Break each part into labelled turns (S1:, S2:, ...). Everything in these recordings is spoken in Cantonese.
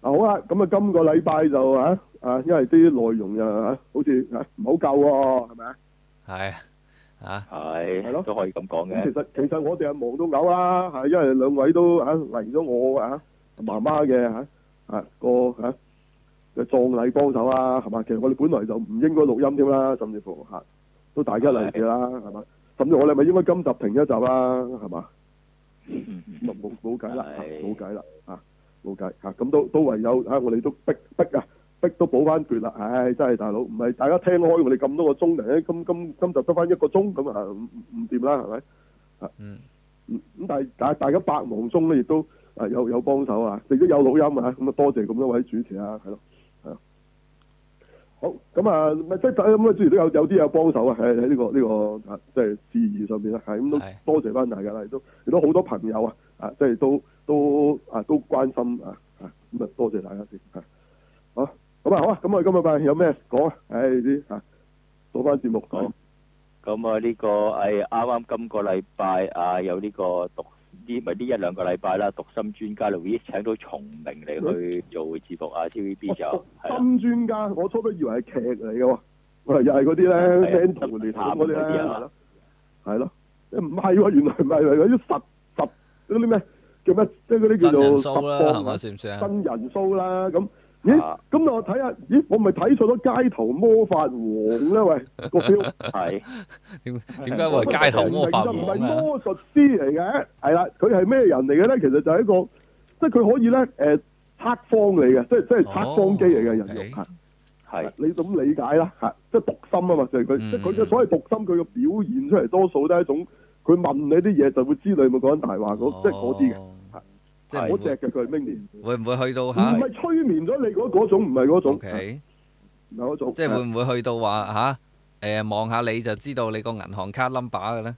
S1: 好啦，咁啊，今個禮拜就啊啊，因為啲內容又啊，好似啊唔好夠喎，係咪啊？
S2: 係啊，
S3: 係，
S1: 係咯
S3: 都可以咁講
S1: 咁其
S3: 嘅。
S1: 實其實我哋係忙到嘔啦，係因為兩位都啊嚟咗我啊媽媽嘅啊啊個啊嘅葬禮幫手啦，係嘛？其實我哋本來就唔應該錄音添啦，甚至乎嚇都大家嚟嘅啦，係嘛？甚至我哋咪應該今集停一集啦，係嘛？
S3: 嗯嗯
S1: 冇冇冇計啦，
S3: 係
S1: 冇計啦，啊冇計嚇，咁都都唯有啊，我哋都逼逼啊，逼都補翻橛啦，唉，真係大佬，唔係大家聽開我哋咁多個鐘嚟，今今今集得翻一個鐘咁啊，唔唔唔掂啦，係咪？
S2: 嗯，
S1: 嗯咁但係大大家百忙中咧，亦都啊有有幫手啊，亦都有錄音啊，咁啊多謝咁多位主持啊，係咯，係啊。好，咁啊，咪即係咁啊，主持都有有啲有幫手啊，喺喺呢個呢、個啊，即係事宜上邊啦，係咁
S2: 係
S1: 都多謝翻大家啦，亦都亦都好多朋友啊，啊，即係都都啊都關心啊，啊咁啊多謝大家先啊。好，咁啊好啊，咁我哋今日拜有咩講啊？唉、啲啊，做翻節目講。
S3: 好咁啊，呢個誒啱啱今個禮拜啊，有呢個讀呢咪呢一兩個禮拜啦，讀心專家 Louis 請到松明嚟去做節目啊，TVB 就係啦，
S1: 心專家，我初初以為係劇嚟嘅喎，我又係嗰啲咧
S3: 係啊
S1: f 同聯談嗰啲咧，
S3: 嗰啲
S1: 係
S3: 啊
S1: 咯，係咯，唔係喎，原來唔係嗰啲實實嗰啲咩叫咩，即係嗰啲叫
S2: 真
S1: 做
S2: 人
S1: 實
S2: show 啦，係
S1: 況
S2: 咪
S1: 啊
S2: 算唔算啊？
S1: 真人 show 啦，咁咦
S3: 啊
S1: 咁我睇下，咦我咪睇錯咗街頭魔法王咧？喂，個 feel
S3: 係
S2: 點點解會係街頭魔
S1: 唔
S2: 法王
S1: 係
S2: 咧？
S1: 魔術師嚟嘅，係啦，佢係咩人嚟嘅咧？其實就係一個，即係佢可以咧誒測謊嚟嘅，即係即係測謊機嚟嘅人
S2: 哦
S1: 肉
S2: ，OK
S1: 嚇。
S3: 係
S1: 啊你咁理解啦嚇，即係讀心啊嘛，就係佢
S2: 嗯
S1: 即係佢嘅所謂讀心，佢嘅表現出嚟多數都係一種佢問你啲嘢就會知你有冇講大話嗰即係嗰啲嘅，
S2: 嘅
S1: 係，
S2: 哦即係
S1: 嗰只
S2: 會
S1: 嘅佢係 mini，
S2: 會唔會去到
S1: 唔
S2: 嚇
S1: 係催眠咗你嗰嗰種，唔係嗰種，唔
S2: ？OK，
S1: 係嗰種，啊
S2: 即係會唔會去到話嚇誒望下你就知道你個銀行卡 number 嘅咧？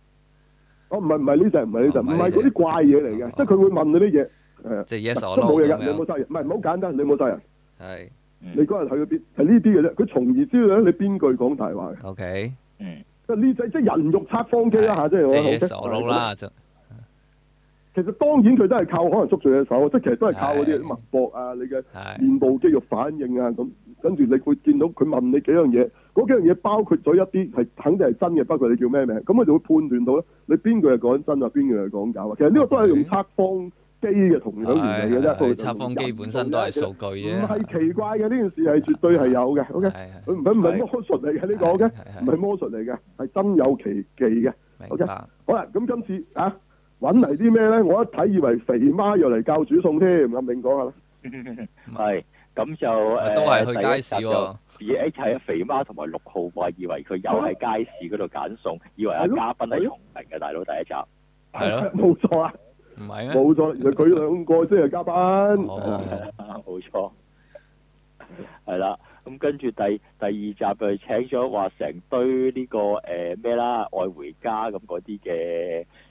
S1: 哦唔係唔係呢只唔係呢只，
S2: 哦唔
S1: 唔
S2: 係呢
S1: 係
S2: 隻
S1: 嗰啲怪嘢嚟
S2: 哦
S1: 嘅，即係佢會問你啲嘢，誒，
S2: 即係 yes
S1: 即
S2: or
S1: 係冇嘢
S2: no
S1: 㗎，
S2: 咁
S1: 你有冇
S2: 樣，
S1: 殺人？唔係唔係好簡單，你有冇殺人？
S2: 係
S1: 你
S3: 嗯
S1: 嗰日去咗邊？係呢啲嘅啫，佢從而知道咧你邊句講大話嘅，
S2: OK，
S3: 嗯
S1: 即係呢只即係人肉測謊機啦嚇，即係
S2: 即
S1: 我
S2: 係
S1: OK，
S2: yes or no 啦，就
S1: 其實當然佢都係靠可能捉住隻手，即係其實都係靠嗰
S2: 係
S1: 啲脈搏啊、你嘅
S2: 係
S1: 面部肌肉反應啊咁，跟住你會見到佢問你幾樣嘢，嗰幾樣嘢包括咗一啲係肯定係真嘅，包括你叫咩名，咁佢就會判斷到咧，你邊個係講真啊，邊個係講假啊。其實呢個都係用測謊機嘅同樣原理嘅啫，
S2: 係
S1: 佢
S2: 測謊機本身都係數據啫，
S1: 唔係奇怪嘅呢件事係絕對係有嘅，OK，
S2: 係係
S1: 佢唔係唔係魔術嚟嘅呢個，OK，
S2: 係係係
S1: 唔係魔術嚟嘅，係真有其技嘅。
S2: 明白。
S1: 好啦，咁今次啊揾嚟啲咩咧？我一睇以為肥媽又嚟教煮餸添，阿明講啊下啦。
S3: 係，咁就誒
S2: 都係去街市喎。
S3: 第一集就咦，係啊，肥媽同埋六號話以為佢又喺街市嗰度揀餸，以為阿
S1: 係咯
S3: 嘉賓係松明嘅大佬第一集。
S2: 係咯
S1: 冇錯啊，
S2: 唔係咩？
S1: 冇錯，原來佢兩個先係嘉賓。Ờ. 啊
S2: 哦
S3: 啊冇錯，係啦。咁跟住第第二集就請咗話成堆呢、個誒咩、啦，愛回家咁嗰啲嘅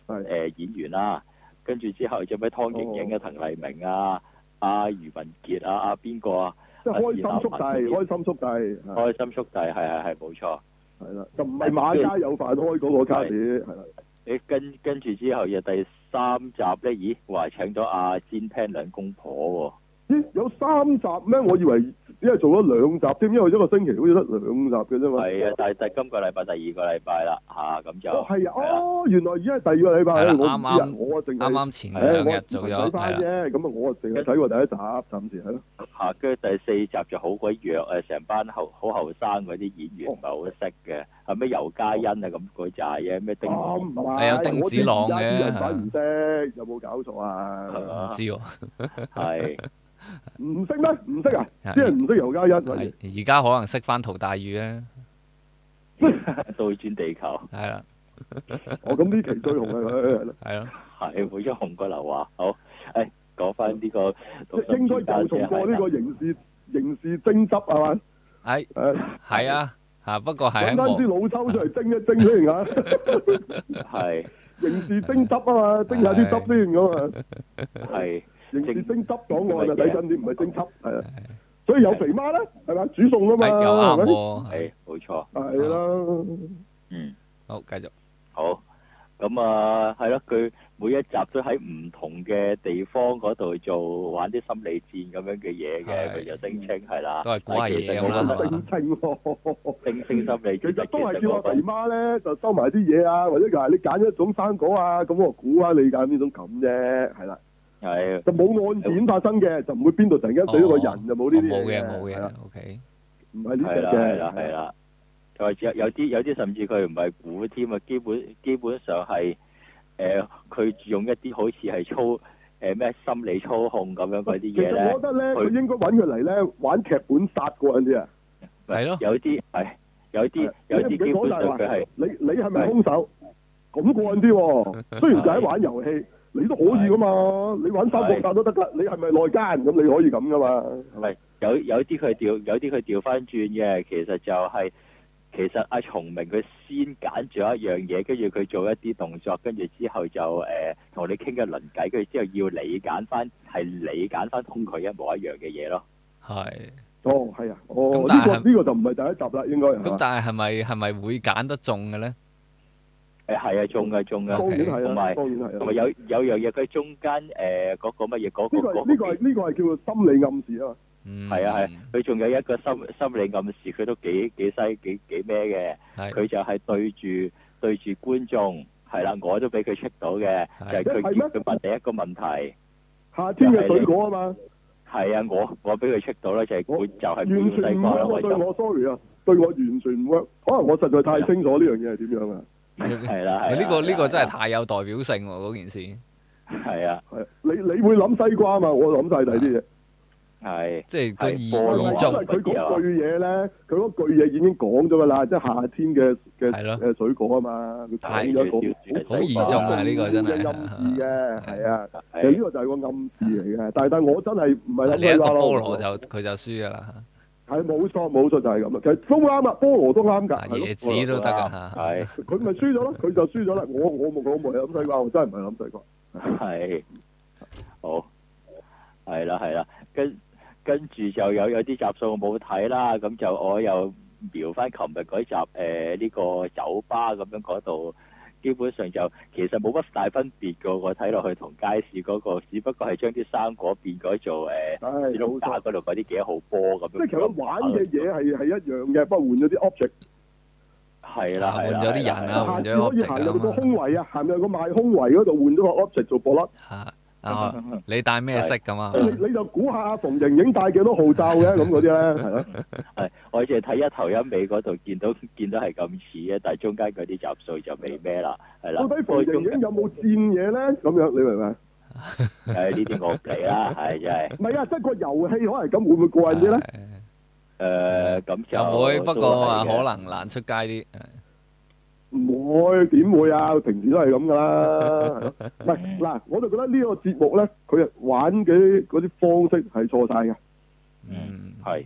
S1: 係哦
S3: 誒演員啦。跟住之後就咩湯盈盈啊、滕麗明啊、阿余文傑啊、阿邊個啊、
S1: 即係開心速遞，開心速遞，係
S2: 哦
S1: 啊
S3: 開心叔弟，係係係冇錯。
S1: 係啦，就唔係馬家有飯開嗰個卡士，係啦，
S3: 誒跟跟住之後又第三集咧，咦話請咗阿詹 Pan 兩公婆
S1: 咦有三集咩？我以為只係做咗兩集添，因為一個星期好似得兩集嘅啫
S3: 喎，
S1: 嘛。
S3: 係啊，但係但係今個禮拜第二個禮拜啦嚇，咁就
S1: 哦，係啊，
S3: 係啦
S1: 哦，原來而家係第二個禮拜，
S2: 係啦
S1: 我唔知啊
S2: 啱啱
S1: 我啊淨係
S2: 啱啱前
S1: 誒
S2: 兩日做
S1: 我
S2: 咗，
S1: 睇翻
S2: 係啦，
S1: 啫，咁啊，我啊淨係睇過第一集，暫時係咯。
S3: 嚇，跟住第四集就好鬼弱誒，成班後好後生嗰啲演
S1: 哦
S3: 員唔係好識嘅，係咩尤嘉欣啊咁嗰扎嘢，咩丁
S1: 啊唔係，
S2: 係有丁子朗
S1: 我知而家
S2: 嘅啊
S1: 啲人反而識，有冇搞錯啊？
S2: 唔知喎。
S3: 係
S1: 唔識咩？唔識啊？
S2: 係
S1: 啲人唔識尤嘉欣，
S2: 係而家可能識翻陶大宇咧，
S3: 倒轉地球，
S2: 係啦，
S1: 我哎哦咁呢期最紅 係佢係咯，
S2: 係咯，
S3: 係冇咗紅過劉華。好，誒講翻呢個
S1: 即係應該又重過呢個刑事刑事偵執係嘛？誒，
S2: 係哎係啊，嚇不過係
S1: 揾
S2: 喺
S1: 翻
S2: 網
S1: 啲老抽出嚟蒸一蒸先 嚇，
S3: 係
S1: 刑事偵執啊嘛，蒸下啲汁先咁啊，
S3: 係
S1: 刑事偵執檔案啊，
S3: 蒸
S1: 睇真啲，唔係偵執係啊，所以有肥媽咧係嘛，煮餸啊嘛，
S2: 哎又啱
S1: 係咪？
S2: 喎，係
S3: 係冇錯，
S1: 係啦，
S3: 嗯
S2: 好繼續，
S3: 好。咁啊，係咯，佢每一集都喺唔同嘅地方嗰度做玩啲心理戰咁樣嘅嘢嘅，
S2: 係
S3: 佢就聲稱係啦，
S2: 都係估下嘢咁啦
S1: 咁
S2: 係嘛
S1: 正正喎。
S3: 聲稱心理戰，
S1: 其實都係叫
S3: 嗰
S1: 我
S3: 個
S1: 姨媽咧，就收埋啲嘢啊，或者嗱，你揀一種生果啊，咁我估啊，你揀邊種咁啫，係啦，
S3: 係
S1: 就冇案件發生嘅，就唔會邊度突然間死咗個人，就冇呢啲
S2: 冇
S1: 嘢
S2: 嘅冇
S1: 係啦
S2: 嘅，OK，
S1: 唔係呢
S3: 係
S1: 只
S3: 啦
S1: 嘅，
S3: 係啦係啦，同埋有有啲有啲甚至佢唔係估添啊，基本基本上係誒佢用一啲好似係操誒咩心理操控咁樣嗰啲
S1: 哦其
S3: 嘢
S1: 實
S3: 咧
S1: 我覺。得咧，
S3: 佢
S1: 佢應該揾佢嚟咧玩劇本殺嗰陣啲啊。
S2: 係咯
S3: 有啲係，有啲
S1: 你
S3: 有啲
S1: 你
S3: 基
S1: 講
S3: 本
S1: 大
S3: 上
S1: 話
S3: 佢係，
S1: 你你係咪兇手？咁過癮啲 喎。雖然就喺玩遊戲，你都可以噶嘛。你玩三國殺都得㗎。你係咪內奸咁？你可以咁噶嘛。
S3: 唔係有有啲佢調，有啲佢調翻轉嘅，其實就係、其實阿松明佢先揀咗一樣嘢，跟住佢做一啲動作，跟住之後就誒同、你傾一輪偈，跟住之後要你揀翻係你揀翻同佢一模一樣嘅嘢咯。
S2: 係。
S1: 哦，係啊，哦呢
S2: 咁，但
S1: 個
S2: 係
S1: 呢個就唔係第一集啦，應該
S2: 咁
S1: 係嘛。
S2: 但係係咪係咪會揀得中嘅咧？
S3: 誒係啊，中啊中啊，
S1: 當然係
S3: 同埋
S1: 啦，當然
S3: 同
S1: 係
S3: 埋
S1: 啦。
S3: 有有樣嘢佢中間誒嗰個乜嘢嗰個
S1: 呢個係
S3: 嗰
S1: 呢
S3: 個
S1: 個係呢個係叫做心理暗示啊嘛。
S2: 嗯，
S3: 係啊係，佢仲有一個心心理暗示，佢都幾幾犀幾幾咩嘅。
S2: 係
S3: 佢就係對住對住觀眾，係啦，我都俾佢 check 到嘅，就
S2: 係
S3: 係佢
S1: 係咩
S3: 佢問你一個問題，
S1: 夏天嘅水果啊嘛，
S3: 係啊，我我俾佢 check 到啦，就係
S1: 我
S3: 管就係
S1: 完
S3: 管
S1: 全
S3: 西
S1: 唔
S3: 瓜啦，
S1: work
S3: 我
S1: 啊！對
S3: 就
S1: 我 sorry 啊，對我完全唔 work。可能我實在太清楚呢樣嘢係點樣啊。
S3: 係啦，係
S2: 喂
S3: 啦
S2: 呢個呢個真係
S3: 係
S2: 太有代表性喎，嗰件事，
S3: 啦係啊，
S1: 係你你會諗西瓜啊嘛，我諗晒第啲嘢。
S3: 係
S2: 即係個
S3: 係
S2: 意
S3: 菠
S1: 係啊
S3: 蘿
S2: 意
S1: 咪
S2: 中
S1: 因為佢嗰句嘢咧，佢嗰句嘢已經講咗噶啦，即係夏天嘅嘅
S2: 係咯
S1: 誒水果啊嘛，佢講咗
S3: 係
S1: 個
S3: 好易中啊
S2: 呢個真係
S1: 好易嘅暗示嘅，係啊，其實
S3: 係
S1: 呢個就係個暗示嚟嘅。但係但係我真係唔係諗
S2: 你嗯啊一
S1: 西
S2: 個
S1: 瓜
S2: 菠
S1: 咯啊
S2: 蘿，就佢就輸㗎啦，
S1: 係冇錯冇錯就係咁啦。其實都啱啊，菠蘿都啱
S2: 啊
S1: 㗎，係
S2: 椰
S1: 咯
S2: 子都得㗎嚇，
S3: 係
S1: 佢咪輸咗咯，佢就輸咗啦。我我冇我冇係諗西瓜，我真係唔係諗西瓜。
S3: 係好係啦係啦，跟跟住就有有啲集數我冇睇啦，咁就我又瞄翻琴日嗰集呃誒呢、個酒吧咁樣嗰度。基本上就其實冇乜大分別噶，我睇落去同街市嗰、個，只不過係將啲生果變改做誒
S1: 唉，
S3: 啲碌
S1: 冇
S3: 打
S1: 錯。
S3: 嗰度嗰啲幾號波咁樣。
S1: 即係其實佢玩嘅嘢係係一樣嘅，不過換咗啲 object。
S3: 係啦，
S2: 換
S3: 係啦
S2: 咗啲人
S3: 係
S2: 啊
S3: 啦
S2: 換
S1: 下次
S2: 咗
S1: 可以行入個
S2: object 啊嘛
S1: 空位啊，行入個賣空位嗰度換咗個 object 做博粒。
S2: 嚇啊！你戴咩色咁啊？
S1: 你你就估下阿馮盈盈戴幾多號罩嘅咁嗰啲 咧，係咯。
S3: 係，我淨係睇一頭一尾嗰度見到 見到係咁似嘅，但係中間嗰啲集數就未咩啦，係啦。
S1: 到底
S3: 不過
S1: 馮
S3: 中
S1: 盈
S3: 間
S1: 盈有冇戰嘢咧？咁樣你明唔明？
S3: 誒呢啲我唔 理啦，係真係
S1: 唔係啊，即係個遊戲可能咁會唔會過癮啲咧？
S2: 係
S3: 誒咁就
S2: 又會，不過啊，
S3: 都係嘅
S2: 可能難出街啲。
S1: 唔會點會啊？平時都係咁噶 啦。唔係嗱，我就覺得呢個節目咧，佢玩嘅嗰啲方式係錯晒嘅。
S2: 嗯，
S3: 係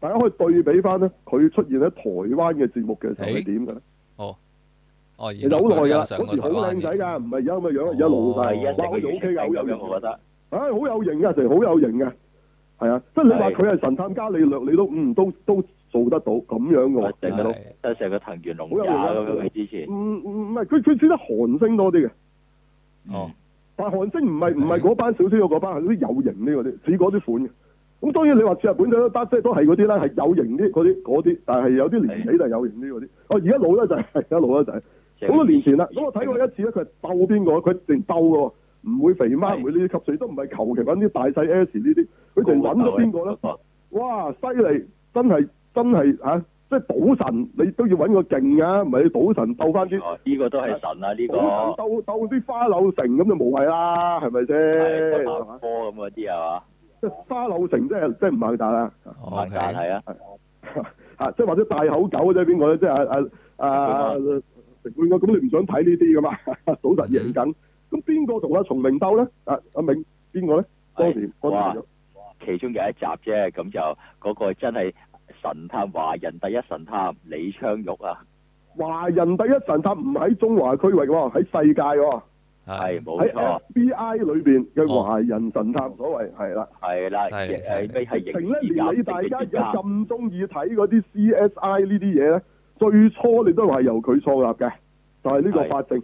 S1: 大家可以對比翻咧，佢出現喺台灣嘅節目嘅時候係
S2: 誒
S1: 點嘅咧？
S2: 哦，
S1: 其實好耐㗎啦，
S2: 上過
S1: 嗰時好
S2: 台灣
S1: 靚仔㗎，
S2: 嘅，
S1: 唔係而家咁嘅樣，而家老
S2: 哦
S1: 晒
S3: 係一。
S1: 哇，佢就 O
S3: 定
S1: K 㗎，好有
S3: 咁
S1: 型
S3: 樣，。我覺得
S1: 唉，好有型嘅，成好有型嘅，係啊，即係你話佢係神探伽利略，你都嗯都都做得到咁樣嘅喎，
S3: 成個
S2: 係
S3: 即啊係成個藤原龍也
S1: 好有型啊
S3: 咁樣嘅之前，
S1: 唔嗯唔唔係佢佢似得韓星多啲嘅，
S2: 哦，
S1: 但係韓星唔係唔係嗰班小鮮肉嗰班，係啲有型啲嗰啲，似嗰啲款嘅。咁當然你話似日本仔都得，即係都係嗰啲啦，係有型啲嗰啲嗰啲，但係有啲年紀就係有型啲嗰啲。哦，而家老咧就 係而家老咧就係
S3: 成
S1: 好多年前啦。咁我睇過一次咧，佢係鬥邊個？佢淨鬥嘅喎，唔會肥媽，
S3: 係
S1: 唔會呢啲級水，都唔係求其揾啲大細 S 呢啲，佢淨揾咗邊個咧？
S3: 嗰個
S1: 哇！犀利，真係真係嚇、啊即係賭神，你都要揾個勁噶，唔係你賭神鬥翻啲
S3: 哦呢個都係神啊！呢個
S1: 賭神鬥鬥啲花柳城咁就無謂啦，係咪
S3: 係
S1: 先？
S3: 個波咁嗰啲係嘛？
S1: 即係花柳城即係即係唔肯打啦，
S2: ，O
S3: 但
S2: K，
S3: 係啊，
S1: 嚇、即係或者大口狗即係邊個咧？即係啊啊啊成半個咁，你唔想睇呢啲噶嘛？ 賭神贏
S3: 嗯
S1: 緊，咁邊個同阿松明鬥咧？啊阿明邊個咧？當時
S3: 係
S1: 嗰
S3: 哇
S1: 時
S3: 其中有一集啫，咁就嗰個真係神探華人第一神探李昌鈺啊，
S1: 華人第一神探唔喺中華區域喎，喺世界喎。
S3: 係
S2: 係
S3: 冇
S1: 喺
S3: 錯。哦
S1: FBI 裏邊嘅華人神探所謂係啦，
S3: 係啦，
S2: 犀利
S3: 誒
S2: 犀利
S3: 咩係
S1: 成
S3: 刑
S1: 咧
S3: 事
S1: 連你
S3: 鑑
S1: 大
S3: 定
S1: 家
S3: 嘅
S1: 而
S3: 專
S1: 家
S3: 家，
S1: 咁中意睇嗰啲 CSI 呢啲嘢咧，最初你都係由佢創立嘅，就係呢個法證，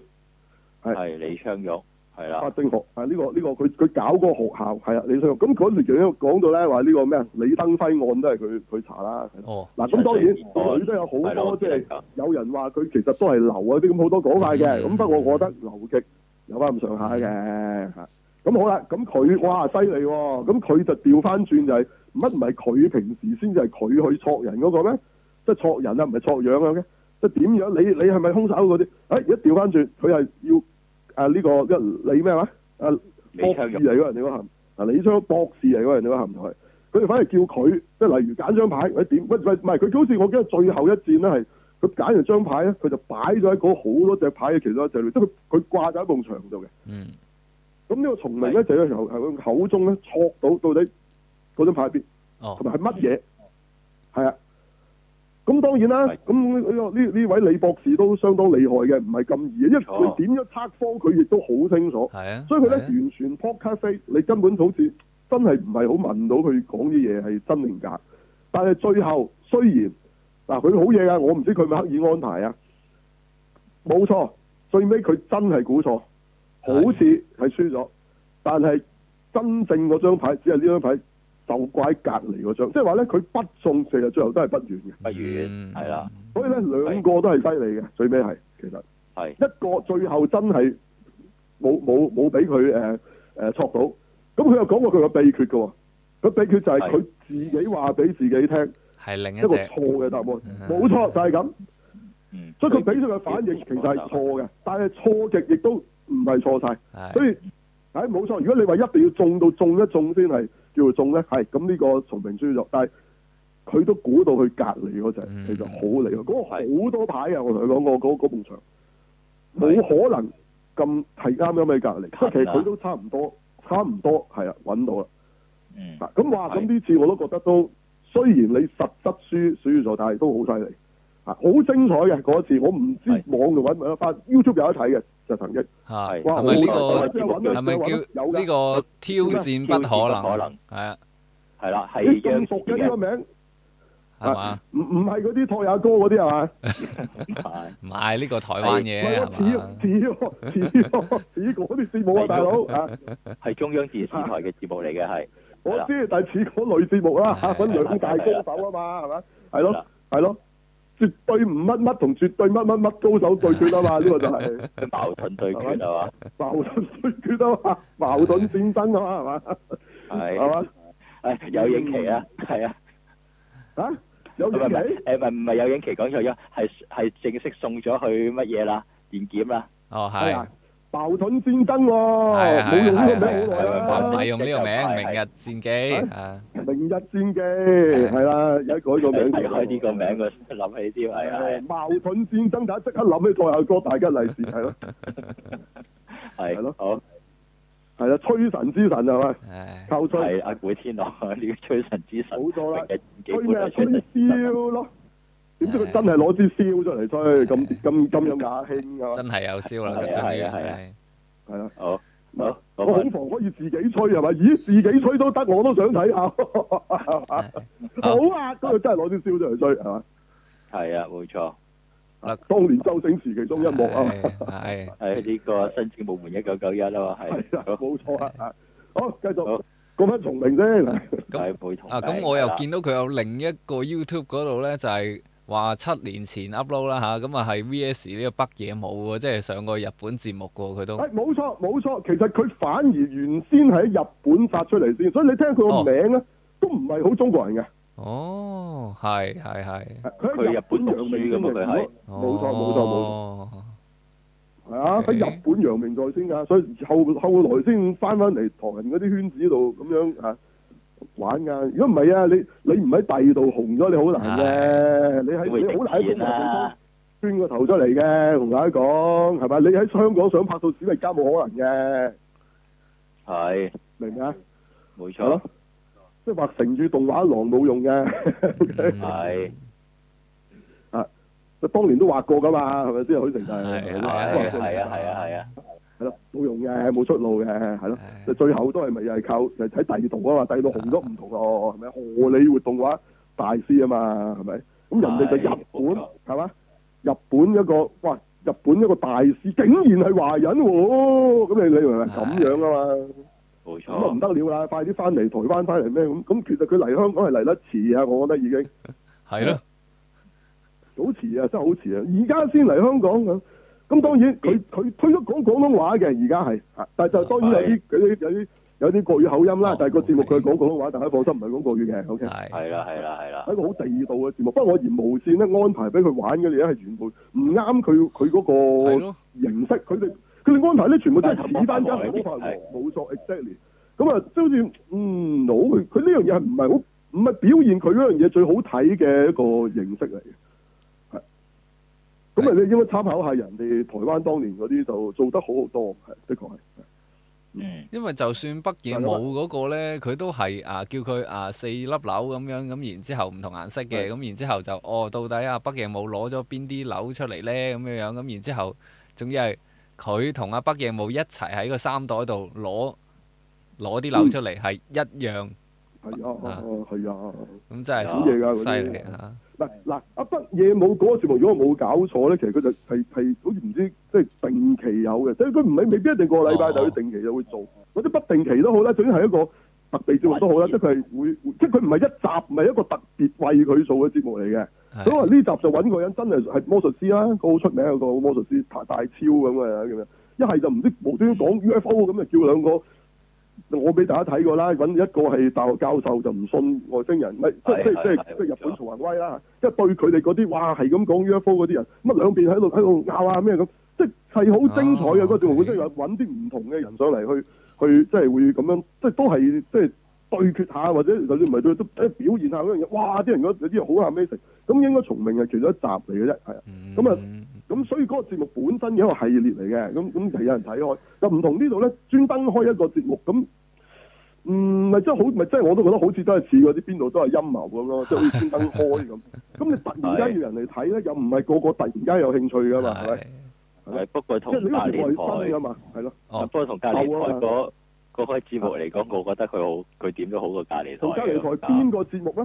S1: 係
S3: 係李昌玉，係啦
S1: 法，政學啊，呢、個呢、個佢佢搞嗰個學校係啊，李昌
S3: 嗯
S1: 咁嗰段嘢講到咧話呢個咩啊，李登輝案都係佢佢查啦。係啦
S2: 哦，
S1: 嗱咁當然
S3: 係
S1: 佢都有好
S3: 係啦
S1: 多
S3: 我
S1: 即
S3: 知
S1: 係
S3: 㗎
S1: 有人話佢其實都係流啊啲咁好多講法嘅，
S2: 嗯
S1: 咁不過我覺得流極有翻咁上下嘅嚇。咁好啦，咁佢哇犀利喎，咁佢就調翻轉就係乜唔係佢平時先至係佢去戳人嗰個咩？即係戳人啊，唔係戳樣啊嘅，即係啊點樣？你你係咪兇手嗰啲？誒、而家哎調翻轉，佢係要啊呢、個一你咩話？啊
S3: 李
S1: 博士
S3: 昌玉
S1: 嚟嗰人哋嗰行，啊李昌博士嚟嗰人哋嗰行係，佢哋反而叫佢，即係例如揀張牌或者點，喂喂唔係佢好似我記得最後一戰咧係佢揀完張牌咧，佢就擺咗喺嗰好多隻牌嘅其中一隻裏，即係佢佢掛咗喺埲牆度嘅。
S2: 嗯，
S1: 咁呢個從明咧就要由由佢口中咧戳到到底嗰張牌喺邊，
S2: 哦
S1: 同，埋係乜嘢，係啊。咁當然啦
S3: 係，
S1: 咁呢呢呢呢位李博士都相當厲害嘅，唔係咁易嘅，因為佢
S3: 哦
S1: 點樣測科佢亦都好清楚。
S2: 係啊，
S1: 所以佢咧
S2: 係啊
S1: 完全 podcast face，你根本好似真係唔係好問到佢講啲嘢係真定假。但係最後雖然嗱佢好嘢㗎，我唔知佢咪刻意安排啊。冇錯，最尾佢真係估錯，好似係輸咗，但係真正嗰張牌只係呢張牌就怪隔離嗰張，即係話咧佢不中，其實最後都係不遠嘅。
S3: 不遠，係啦，，
S1: 所以咧兩個都係犀利嘅，最尾係其實。
S3: 係
S1: 一個最後真係冇冇冇俾佢誒誒戳到，咁佢又講過佢個秘訣嘅喎，個秘訣就係
S3: 係
S1: 佢自己話俾自己聽
S2: 係另
S1: 一
S2: 一
S1: 個
S2: 隻
S1: 錯，嘅答案，
S2: 嗯
S1: 冇錯就係咁，
S3: 嗯，
S1: 所以佢俾出嘅反應其實係錯嘅，但係錯極亦都唔係錯晒。所
S2: 係
S1: 以唉冇錯。如果你話一定要中到中一中先係叫做中咧，係咁呢個從明輸咗，但係佢都估到佢隔離嗰隻，
S2: 嗯
S1: 其實好厲害。嗰、個好多牌啊！我同你講，我嗰嗰埲牆冇可能咁係啱啱喺隔離，
S3: 啊
S1: 即係其實佢都差唔多，差唔多係啊，揾到啦。
S3: 嗯，
S1: 嗱咁話咁
S3: 係
S1: 呢次我都覺得都雖然你實質輸輸咗，但係都好犀利啊！好精彩嘅嗰一次，我唔知
S3: 係
S1: 網度揾唔揾得翻，YouTube 有得睇嘅就曾經。
S2: 嚇，
S3: 係
S2: 係咪呢
S1: 哇好
S2: 個
S1: 真係揾
S2: 係咪叫呢個挑戰不可能？係啊，
S3: 係啦，係
S1: 你咁
S3: 央視
S1: 熟嘅呢個
S3: 嘅，
S1: 名？啊
S2: 係嘛？
S1: 唔唔係嗰啲托也哥嗰啲係嘛？
S3: 係
S2: 唔係呢個台灣嘢係
S1: 喂
S2: 嘛？
S1: 似喎似喎似 喎似嗰啲節目啊，大佬啊！
S3: 係中央電視台嘅節目嚟 嘅，係
S1: 我知，但係似嗰類節目啦，
S2: 係啊
S1: 揾兩大高手啊嘛，係咪？係咯係咯，絕對唔乜乜同絕對乜乜乜高手對決啊 嘛，呢個就係
S3: 矛盾對決係嘛，
S1: 矛盾對決啊嘛，矛盾戰爭啊嘛，係嘛？
S3: 係，
S1: 係嘛？
S3: 係有影期啊，係啊。
S1: 啊有
S3: 唔係
S1: 嘢
S3: 唔
S1: 嚟？
S3: 係，誒唔係唔係有影期講錯咗，係係正式送咗去乜嘢啦？電檢啦，
S2: 哦
S1: 係
S2: 係
S1: 啊。，矛盾戰爭喎，
S2: 係
S1: 冇用呢個名
S2: 係
S1: 好
S2: 係
S1: 耐
S2: 係
S1: 啦
S2: 唔。係用呢個名，明日戰記
S1: 係
S2: 啊，
S1: 明日戰記係啦，而家改個名。
S3: 睇開呢個名，我諗起添，係啊
S1: 係矛盾戰爭，大家即刻諗起賽後哥大吉利是，係咯，
S3: 係
S1: 係咯
S3: 係好
S1: 係啦，吹神之神係咪？
S2: 唉，
S1: 靠吹，
S3: 係阿古天樂呢個吹神之神，
S1: 冇錯啦
S3: 明日幾
S1: 吹
S3: 本
S1: 咩
S3: 就
S1: 啊？吹
S3: 吹神之神
S1: 簫咯。點知佢真係攞支簫出嚟吹，咁咁咁有雅興啊！
S2: 真係有燒啦，
S3: 係
S2: 終於
S3: 啊係啊係啊
S2: 係
S1: 係啦，
S3: 好，好，
S1: 我
S3: 好
S1: 恐防可以自己吹係咪？咦，自己吹都得，我都想睇下。好啊，咁佢真係攞支簫出嚟吹係嘛？
S3: 係啊，冇錯，
S2: 嗱
S1: 當年周星馳其中一幕啊嘛。
S2: 係
S3: 係呢個新政部門一九九一啊嘛，
S1: 係
S3: 係
S1: 啊，，冇錯啊啊！好，繼續
S3: 好
S1: 講翻重明 先。
S2: 咁
S3: 係冇同
S2: 啊，咁我又
S3: 係啦
S2: 見到佢有另一個 YouTube 嗰度咧，就係話七年前 upload 啦吓，咁啊係 VS 呢個北野武喎，即係上過日本節目嘅喎，佢都
S1: 係哎冇錯冇錯，其實佢反而原先喺日本發出嚟先，所以你聽佢
S3: 哦
S1: 個名咧、啊都唔係好中國人嘅，
S2: 哦，係係係，
S1: 佢喺
S3: 佢日本讀
S1: 揚名
S3: 書㗎嘛佢係哦
S1: 冇錯冇錯冇錯，係
S2: 錯，
S1: 啊喺
S2: OK
S1: 日本揚名在先㗎，所以後後來先翻翻嚟唐人嗰啲圈子度咁樣啊玩㗎。如果唔係啊，你你唔喺第二度紅咗，你好難嘅，你喺
S3: 會
S1: 你好難喺
S3: 直
S1: 中國地
S3: 線啦
S1: 方，圈個頭出嚟嘅，同大家講係咪？你喺香港想拍到史密加冇可能嘅，
S3: 係
S1: 明唔明啊？
S3: 冇
S1: 係咯
S3: 錯，，
S1: 即係話成語動畫廊冇用嘅，OK，
S2: 嗯
S3: 係
S1: 佢 當年都畫過噶嘛，係咪先？許成就
S2: 係係
S3: 係
S2: 啊
S3: 係
S1: 係咪
S3: 係啊係啊係啊，
S1: 係咯，冇用嘅，冇出路嘅，係咯。
S2: 係
S1: 就最後都係咪又係靠就係睇第二度啊嘛？第二度紅咗唔同啊咯，係咪？荷里活動畫大師啊嘛，係咪？咁人哋就日
S3: 係冇
S1: 本
S3: 錯
S1: 係嘛？日本一個哇日本一個大使竟然係華人喎，咁你你明唔明咁樣啊嘛？
S3: 冇
S1: 咁啊唔
S3: 錯，
S1: 得了啦，快啲翻嚟台灣翻嚟咩咁？咁其實佢嚟香港係嚟得遲啊，我覺得已經
S2: 係咯，
S1: 好遲啊，真係好遲啊！而家先嚟香港咁，咁當
S2: 嗯
S1: 然佢佢推咗講廣東話嘅，而家係，啊但係就當然有啲有啲有啲有啲國語口音啦
S2: 哦，
S1: 但係個節目佢
S2: OK 啊
S1: 講廣東話，大家放心唔係講國語嘅，OK。
S2: 係
S3: 係啦係啦係啦
S1: 係，一個好地道嘅節目，不過我嫌無線咧安排俾佢玩嘅嘢係全部唔啱佢佢嗰
S2: 係
S1: 個
S2: 咯，
S1: 形式，佢哋佢哋安排咧全部都係似翻家常魔法王，冇錯，exactly。咁啊，即好似嗯好，佢佢呢樣嘢係唔係好唔係表現佢嗰樣嘢最好睇嘅一個形式嚟嘅，係。咁啊，你應該參考下人哋台灣當年嗰啲就做得好好多，係的確係。
S3: 嗯，
S2: 因為就算北野武嗰個咧，佢都係啊叫佢啊四粒樓咁樣，咁然之後唔同顏色嘅，
S1: 係
S2: 咁然之後就哦到底啊北野武攞咗邊啲樓出嚟咧咁樣樣，咁然之後仲要係佢同阿北野武一齊喺個衫袋度攞攞啲樓出
S1: 嗯
S2: 嚟係一樣，
S1: 係啊，係啊。
S2: 咁真係
S3: 好嘢
S1: 㗎嗰啲
S2: 犀利啊！
S1: 嗱嗱，阿北野武嗰個節目，如果我冇搞錯咧，其實佢就係係好似唔知即係定期有嘅，即係佢唔係未必一定個禮拜，但
S2: 哦
S1: 係佢定期就會做，或者不定期都好啦，總之係一個特別節目都好啦，即係佢係會，即係佢唔係一集，唔係一個特別為佢做嘅節目嚟嘅。
S2: 係
S1: 咁啊呢集就揾個人真係係魔術師啦，個好出名有個魔術師大大超咁嘅咁樣，一係就唔知無端端講 UFO 咁啊，叫兩個。我俾大家睇過啦，揾一個係大學教授就唔信外星人，咪即
S3: 係
S1: 即
S3: 係
S1: 即
S3: 係
S1: 即日本曹宏威啦，即係對佢哋嗰啲哇係咁講 UFO 嗰啲人，乜兩邊喺度喺度拗啊咩咁，即係係好精彩嘅
S2: 哦
S1: 嗰條，
S2: 係
S1: 本身有揾啲唔同嘅人上嚟去去即係會咁樣，即係都係即係對決下或者就算唔係對都即係表現下嗰樣嘢，哇！啲人覺得有啲嘢好 amazing，咁應該從明係其中一集嚟嘅啫，係啊。咁啊
S2: 嗯
S1: 咁所以嗰個節目本身有一個系列嚟嘅，咁咁係有人睇開，就唔同呢度咧，專登開一個節目咁，嗯，咪真係好，咪真係我都覺得好似都係似嗰啲邊度都係陰謀咁咯，即係好似專登開咁。咁你突然間要人嚟睇咧，又唔係個個突然間有興趣噶嘛，啊係咪？
S2: 係
S3: 係不過
S1: 即係
S3: 同
S1: 你
S3: 隔
S1: 嗰
S3: 離
S1: 個節目係新
S3: 台
S1: 噶，嘛，係咯，
S2: 哦
S3: 不過同隔離台嗰嗰個節目嚟講，我覺得佢好，佢點都好過隔離台嘅。啊
S1: 同隔離台邊個節目咧？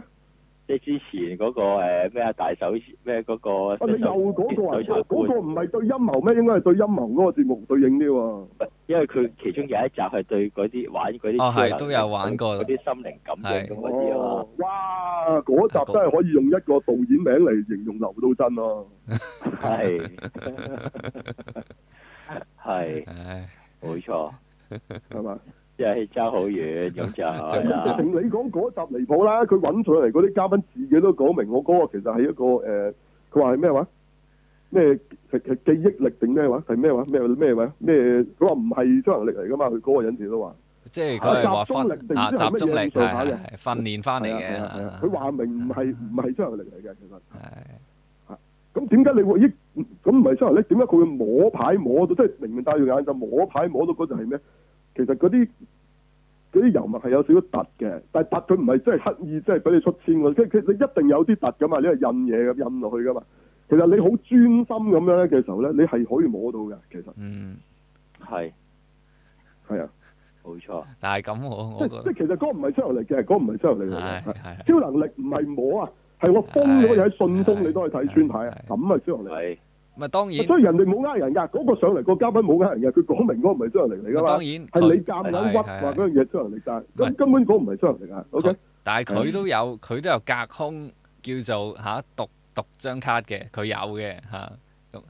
S3: 即係之前嗰個誒咩啊大手咩嗰個
S1: 啊，你又嗰個啊，
S3: 水
S1: 嗰
S3: 手
S1: 嗰個唔係對陰謀咩？應該係對陰謀嗰個節目對應啲喎。
S3: 因為佢其中有一集係對嗰啲玩嗰啲
S2: 哦係
S3: 超能力
S2: 都有玩過
S3: 嗰啲心靈感應咁嗰啲啊
S1: 哦
S3: 嘛，，
S1: 哇！嗰集真係可以用一個導演名嚟形容劉到真咯。
S3: 係係
S2: 唉
S3: 冇錯，
S1: 係嘛？
S3: 即係爭好遠咁就
S2: 係
S3: 係
S2: 啊
S1: 咁直
S3: 啦，
S1: 情你講嗰集離譜啦，佢揾上嚟嗰啲嘉賓自己都講明，我嗰個其實係一個誒，佢話係咩話？咩係係記憶力定咩話？係咩話？咩咩話？咩？佢話唔係超能力嚟噶嘛？佢嗰個人時都話，
S2: 即係佢係話
S1: 集中力定唔
S2: 訓
S1: 知
S2: 啊
S1: 係
S2: 集
S1: 乜
S2: 中力
S1: 嘢咁上下
S2: 係
S1: 嘅
S2: 係係訓練翻嚟
S1: 係啊
S2: 嘅
S1: 係啊係啊
S2: 啊，
S1: 佢話明唔係唔係超能力嚟嘅，其實。
S2: 係
S1: 咁點解你會咦？咁唔係超能力？點解佢會摸牌摸到？即係明明戴住眼罩摸牌摸到嗰陣係咩？其實嗰啲嗰啲油墨係有少少突嘅，但係突佢唔係真係刻意，即係俾你出千喎。即係佢你一定有啲突噶嘛，你係印嘢咁印落去噶嘛。其實你好專心咁樣嘅時候咧，你係可以摸到嘅。其實
S2: 嗯，
S3: 係
S1: 係啊，
S3: 冇錯，
S2: 但係咁 我
S1: 即即
S2: 我覺得
S1: 係其實嗰個唔係超能力嘅，嗰個唔係超能力嚟嘅。
S2: 係
S1: 係
S2: 係
S1: 超能力唔係摸啊，係我封咗嘢喺信封，你都可以睇穿牌啊。咁啊，超能力。
S3: 係
S2: 咪當然
S1: 所以人哋冇呃人㗎，嗰、個上嚟個嘉賓冇呃人㗎，佢講明嗰個唔係張人嚟㗎
S2: 咪當
S1: 嘛，係
S2: 然佢
S1: 你夾硬屈話嗰樣嘢張人嚟㗎，
S2: 唔係
S1: 咁根本嗰個唔係張人嚟㗎，OK？
S2: 但係佢都有佢都有隔空叫做嚇讀讀張卡嘅，佢有嘅嚇咁，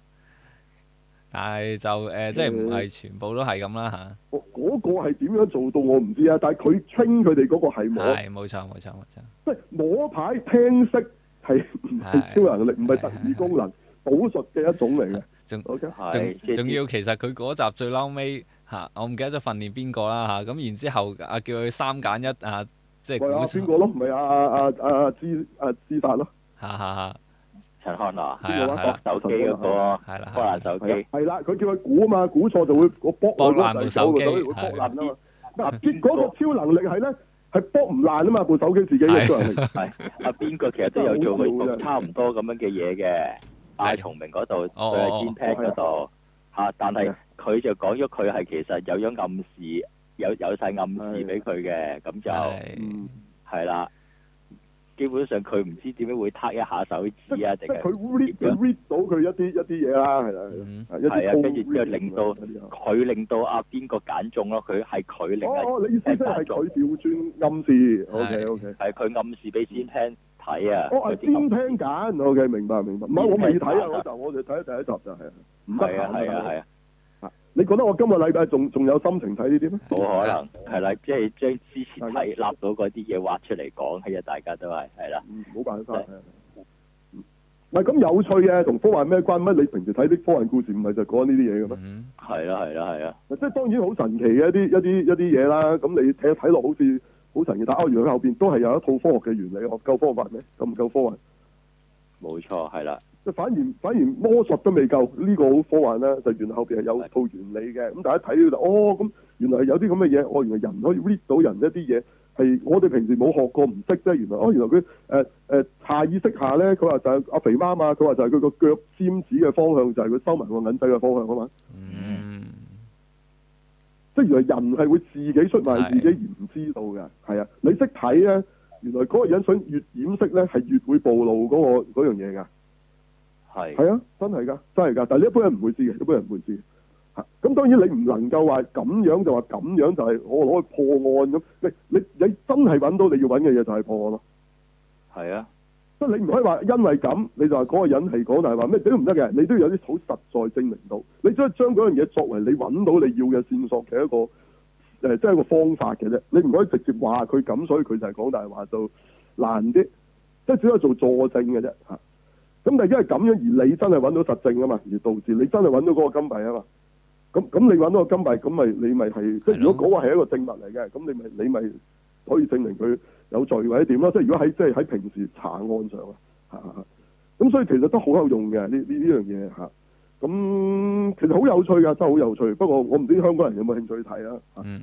S2: 但係就誒即係唔係全部都係咁啦
S1: 我嗰、個係點樣做到我唔知啊，但係佢稱佢哋嗰個係
S2: 嚇，
S1: 摸，
S2: 係冇錯冇錯冇錯，
S1: 即係摸牌聽識係唔係超能力，唔係特異功能，武術嘅一種嚟嘅
S2: 仲
S1: ，OK？
S3: 係即
S2: 仲
S3: 係
S2: 仲要其實佢嗰集最嬲尾嚇，我唔記得咗訓練邊個啦嚇，咁然之後啊叫佢三揀一啊，即係
S1: 咪啊邊
S2: 估
S1: 個咯？咪啊啊啊啊知啊知達咯，
S2: 嚇嚇嚇，
S3: 陳漢娜
S2: 係啊係啊
S3: 手機嗰個
S2: 係啦
S3: 波
S2: 係啦
S3: 蘭。手
S1: 係
S3: 機
S1: 啊，係啦，佢叫佢估啊嘛，估錯就會我搏
S2: 搏爛部手機
S1: 會搏爛啊嘛。嗱，結果
S3: 邊
S1: 個超能力係咧係搏唔爛啊嘛，部手機自己嘅超能力。
S3: 係啊邊個其實都有 做過差唔多咁樣嘅嘢嘅，
S2: 係
S3: 阿松明嗰度
S2: 哦
S3: 佢係 g pad 嗰度嚇，但
S1: 係
S3: 係
S1: 啊
S3: 佢就講咗佢係其實有咗暗示，有有晒暗示俾佢嘅，咁就
S2: 係
S1: 嗯，
S3: 係啦，基本上佢唔知點樣會攤一下手指啊，
S1: 即
S3: 定
S1: 係
S3: 係
S1: 佢 read 佢 read 到佢一啲一啲嘢啦，係啦係啦，
S2: 嗯，
S1: 係一
S3: 係啊
S1: 啲
S3: 跟住之
S1: code
S3: 後令到
S1: reading 啊嗰啲啊
S3: 佢令到啊邊個揀中咯？佢係佢令啊，
S1: 哦哦，你意思即係佢調轉暗示，OK
S2: 係
S1: OK。
S3: 係佢暗示俾先聽睇啊。
S1: 我哦係
S3: 嗰啲咁
S1: 邊聽緊，OK，明白明白。唔係我未睇啊，我就我就睇咗第一集就係，唔得
S3: 係啊
S1: 閒
S3: 係啊係啊。
S1: 你覺得我今個禮拜仲仲有心情睇呢啲咩？
S3: 冇可能，係啦，即係將之前睇立到嗰啲嘢挖出嚟講，係啊，大家都係，係啦，
S1: 嗯冇辦法啊。嗯唔係咁有趣嘅，同科幻咩關？乜你平時睇啲科幻故事唔係就講呢啲嘢嘅咩？
S2: 嗯，
S3: 係啦，係啦，係啦，
S1: 即係當然好神奇嘅一啲一啲一啲嘢啦。咁你睇睇落好似好神奇，但係哦原來後邊都係有一套科學嘅原理，學夠科幻咩？夠唔夠科幻？
S3: 冇錯，係啦，
S1: 即係反而反而魔術都未夠，呢、個好科幻啦。就原來後邊係有套原理嘅。咁大家睇到就哦咁，原來有啲咁嘅嘢，哦原來人可以 read 到人一啲嘢。係我哋平時冇學過唔識啫，原來哦，原來佢誒誒下意識下咧，佢話就係、阿肥媽嘛，佢話就係佢個腳尖指嘅方向就係佢收埋個銀仔嘅方向啊嘛，
S2: 嗯，
S1: 即係原來人係會自己出賣
S2: 係
S1: 自己而唔知道嘅，係啊，你識睇咧，原來嗰個人想越掩飾咧係越會暴露嗰、個嗰樣嘢㗎。
S3: 係，
S1: 係啊，真係㗎，真係㗎。但係你一般人唔會知嘅，一般人唔會知嘅。嚇咁當然你唔能夠話咁樣就話咁樣就係我攞去破案咁，你你你真係揾到你要揾嘅嘢就係破案咯。
S3: 係啊，
S1: 即係你唔可以話因為咁你就話嗰個人係講大話咩你都唔得嘅，你都要有啲好實在證明到。你只係將嗰樣嘢作為你揾到你要嘅線索嘅一個誒、呃即係一個方法嘅啫。你唔可以直接話佢咁，所以佢就係講大話就難啲，即係只可以做佐證嘅啫嚇。咁但係因為咁樣而你真係揾到實證啊嘛，而導致你真係揾到嗰個金幣啊嘛。咁咁你揾到個金幣，咁咪你咪係即係
S2: 係咯
S1: 如果嗰個係一個證物嚟嘅，咁你咪你咪可以證明佢有罪或者點咯。即係如果喺即係喺平時查案上啊，嚇嚇嚇咁所以其實都好有用嘅呢呢呢樣嘢嚇。咁其實好有趣㗎，真係好有趣。不過我唔知香港人有冇興趣睇啊啦。嚇
S2: 嗯，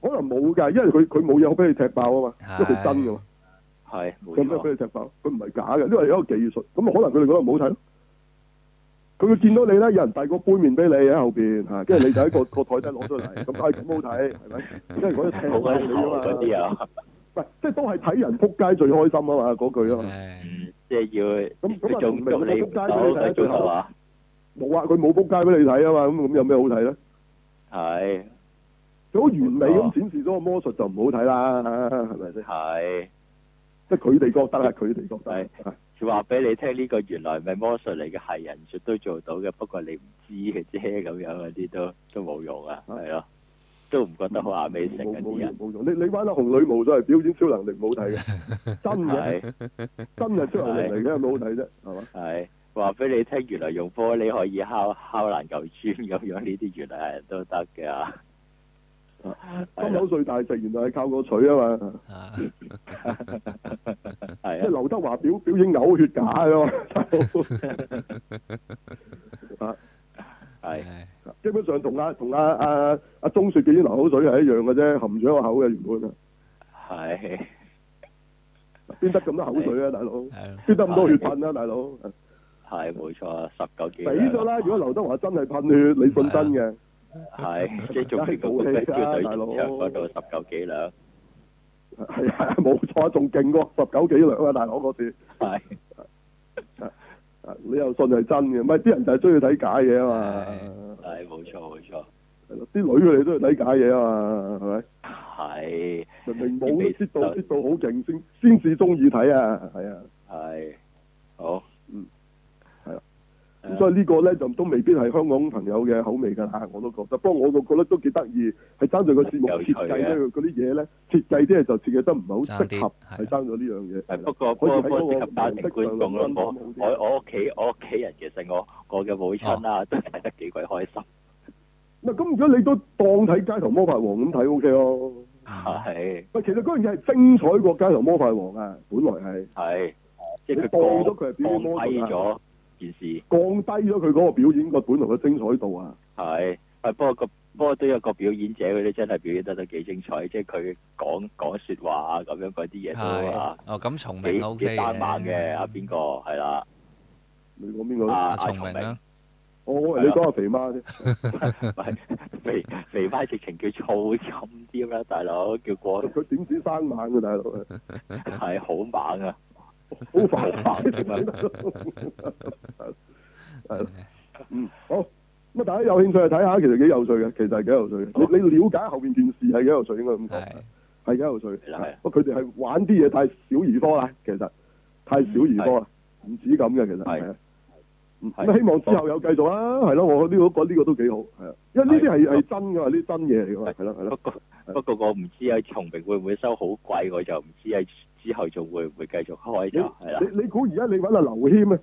S1: 可能冇㗎，因為佢佢冇嘢好俾你踢爆啊嘛，
S2: 係
S1: 因為佢真㗎嘛，
S3: 係，冇
S1: 佢咩俾
S3: 錯，
S1: 你踢爆？佢唔係假嘅，呢個係一個技術。咁可能佢哋覺得唔好睇咯。佢會見到你咧，有人遞個杯麵俾你喺後邊嚇，跟住你就喺個個台底攞出嚟，咁係咁好睇，係咪？因為嗰啲踢
S3: 好
S1: 爆
S3: 鬼
S1: 你
S3: 頭
S1: 啊嘛，
S3: 嗰啲啊，
S1: 唔係即係都係睇人撲街最開心啊嘛，嗰句啊嘛。
S2: 係，
S3: 嗯即係要
S1: 咁咁啊
S3: 仲捉你唔到嘅最後啊，
S1: 冇啊，佢冇撲街俾你睇啊嘛，咁咁有咩好睇咧？
S3: 係，
S1: 佢好完美
S3: 哦
S1: 咁展示咗個魔術就唔好睇啦，係咪先？
S3: 係，
S1: 即係佢哋覺得啊，佢哋覺
S3: 係
S1: 得啊。
S3: 話俾你聽呢個原來唔係魔術嚟嘅，係人術都做到嘅，不過你唔知嘅啫，咁樣嗰啲都都冇用啊，係咯，都唔覺得好眼美食
S1: 冇冇
S3: 嗰啲
S1: 用
S3: 人，
S1: 冇用，你你玩得紅女無所謂表演超能力冇睇嘅， 真嘅
S3: 係。
S1: 真係超能力嚟嘅，有冇好睇啫？係嘛？
S3: 係話俾你聽，原來用玻璃可以敲敲爛嚿磚咁樣，呢啲原來係人都得嘅。啊
S1: 心口碎大石原來係靠個取啊嘛，
S2: 啊，
S1: 即
S3: 係
S1: 係
S3: 啊，
S1: 劉德華表表演嘔血啊假嘅嘛，
S3: 係
S2: 係，
S1: 基本上同阿同阿阿阿鐘雪表演流口水係一樣嘅啫，含住一個口嘅原本啊，
S3: 係
S1: 邊得咁多口水啊，大佬？
S2: 係咯，
S1: 邊得咁多血噴啊，大佬？
S3: 係冇錯，啊十九幾
S1: 俾
S3: 兩
S1: 咗啦！如果劉德華真係噴血，你信真嘅？
S3: 係 即係仲要個
S1: 梗係
S3: 咩
S1: 冇
S3: 叫
S1: 氣啦
S3: 女
S1: 大佬
S3: 場嗰度十九幾兩，
S1: 係係冇錯，仲勁過十九幾兩啊，大佬嗰次。
S3: 係
S1: 啊你又信係真嘅？唔係啲人就係中意睇假嘢啊嘛
S2: 係。
S3: 係冇錯冇錯，
S1: 係咯，啲女佢哋都係睇假嘢啊嘛，係咪？
S3: 係
S1: 明明冇都知道，知道好勁先先至中意睇啊，係啊。
S3: 係好，
S1: 嗯係啦咁
S3: 誒，
S1: 所以呢個咧就都未必係香港朋友嘅口味㗎啦，我都覺得。不過我個覺得都幾得意，係爭在個節目
S3: 有
S1: 設
S3: 趣嘅
S1: 計咧，嗰啲嘢咧設計啲嘢就設計得唔係好適合，係
S2: 爭啲係
S1: 爭咗呢樣嘢。
S3: 係
S1: 係
S3: 不
S1: 啦
S3: 過不過不過適合家
S1: 可以喺
S3: 庭
S1: 嗰個
S3: 觀眾咯，
S1: 模式上
S3: 我我我屋企我屋企人其實我我嘅母親啊都睇得幾鬼開心，
S1: 嗱咁如果你都當睇《街頭魔法王》咁睇 OK 咯。
S2: 啊
S3: 係。
S1: 喂，其實嗰樣嘢係精彩過《街頭魔法王》啊，本來係
S3: 係，即係
S1: 你當
S3: 佢
S1: 咗佢係表演魔術啊
S3: 降低咗件事，
S1: 降低咗佢嗰個表演個本來嘅精彩度啊。
S3: 係，係不過個不過都有個表演者嗰啲真係表演得都幾精彩，即係佢講講説話啊咁樣嗰啲嘢都
S2: 係
S3: 啊，
S2: 哦，咁崇明 O
S3: 幾
S2: K
S3: 啊幾單猛嘅，阿邊個係啦，
S1: 你講邊個咧？
S3: 阿
S2: 阿
S3: 阿
S2: 崇
S3: 松
S2: 明
S3: 明
S2: 啊，
S1: 我你講下肥媽啫，
S3: 肥肥媽直情叫噪音添啦，大佬叫過
S1: 佢點止生猛嘅大佬，
S3: 係好猛啊！
S1: 好煩
S3: 好煩
S1: 係嗯，好。咁啊，大家有興趣去睇下，其實幾有趣嘅，其實係幾有趣嘅。你你了解後邊件事係幾有趣，應該咁講，
S2: 係
S1: 係幾有趣。
S3: 係啦係啦
S1: 不過佢哋係玩啲嘢太小兒科啦，其實太小兒科啦，唔止咁嘅其實
S3: 係
S1: 係啊。嗯
S3: 係
S1: 咁希望之後有繼續啦，係咯，我呢個覺得呢個都幾好，係啊，因為呢啲係係真噶嘛，呢啲真嘢嚟噶嘛，係咯係
S3: 不
S1: 咯，
S3: 過不過我唔知啊，松明會唔會收好貴，我就唔知啊。之後仲會唔會繼續開就係啦
S1: 你。你你估而家你揾阿劉軒啊？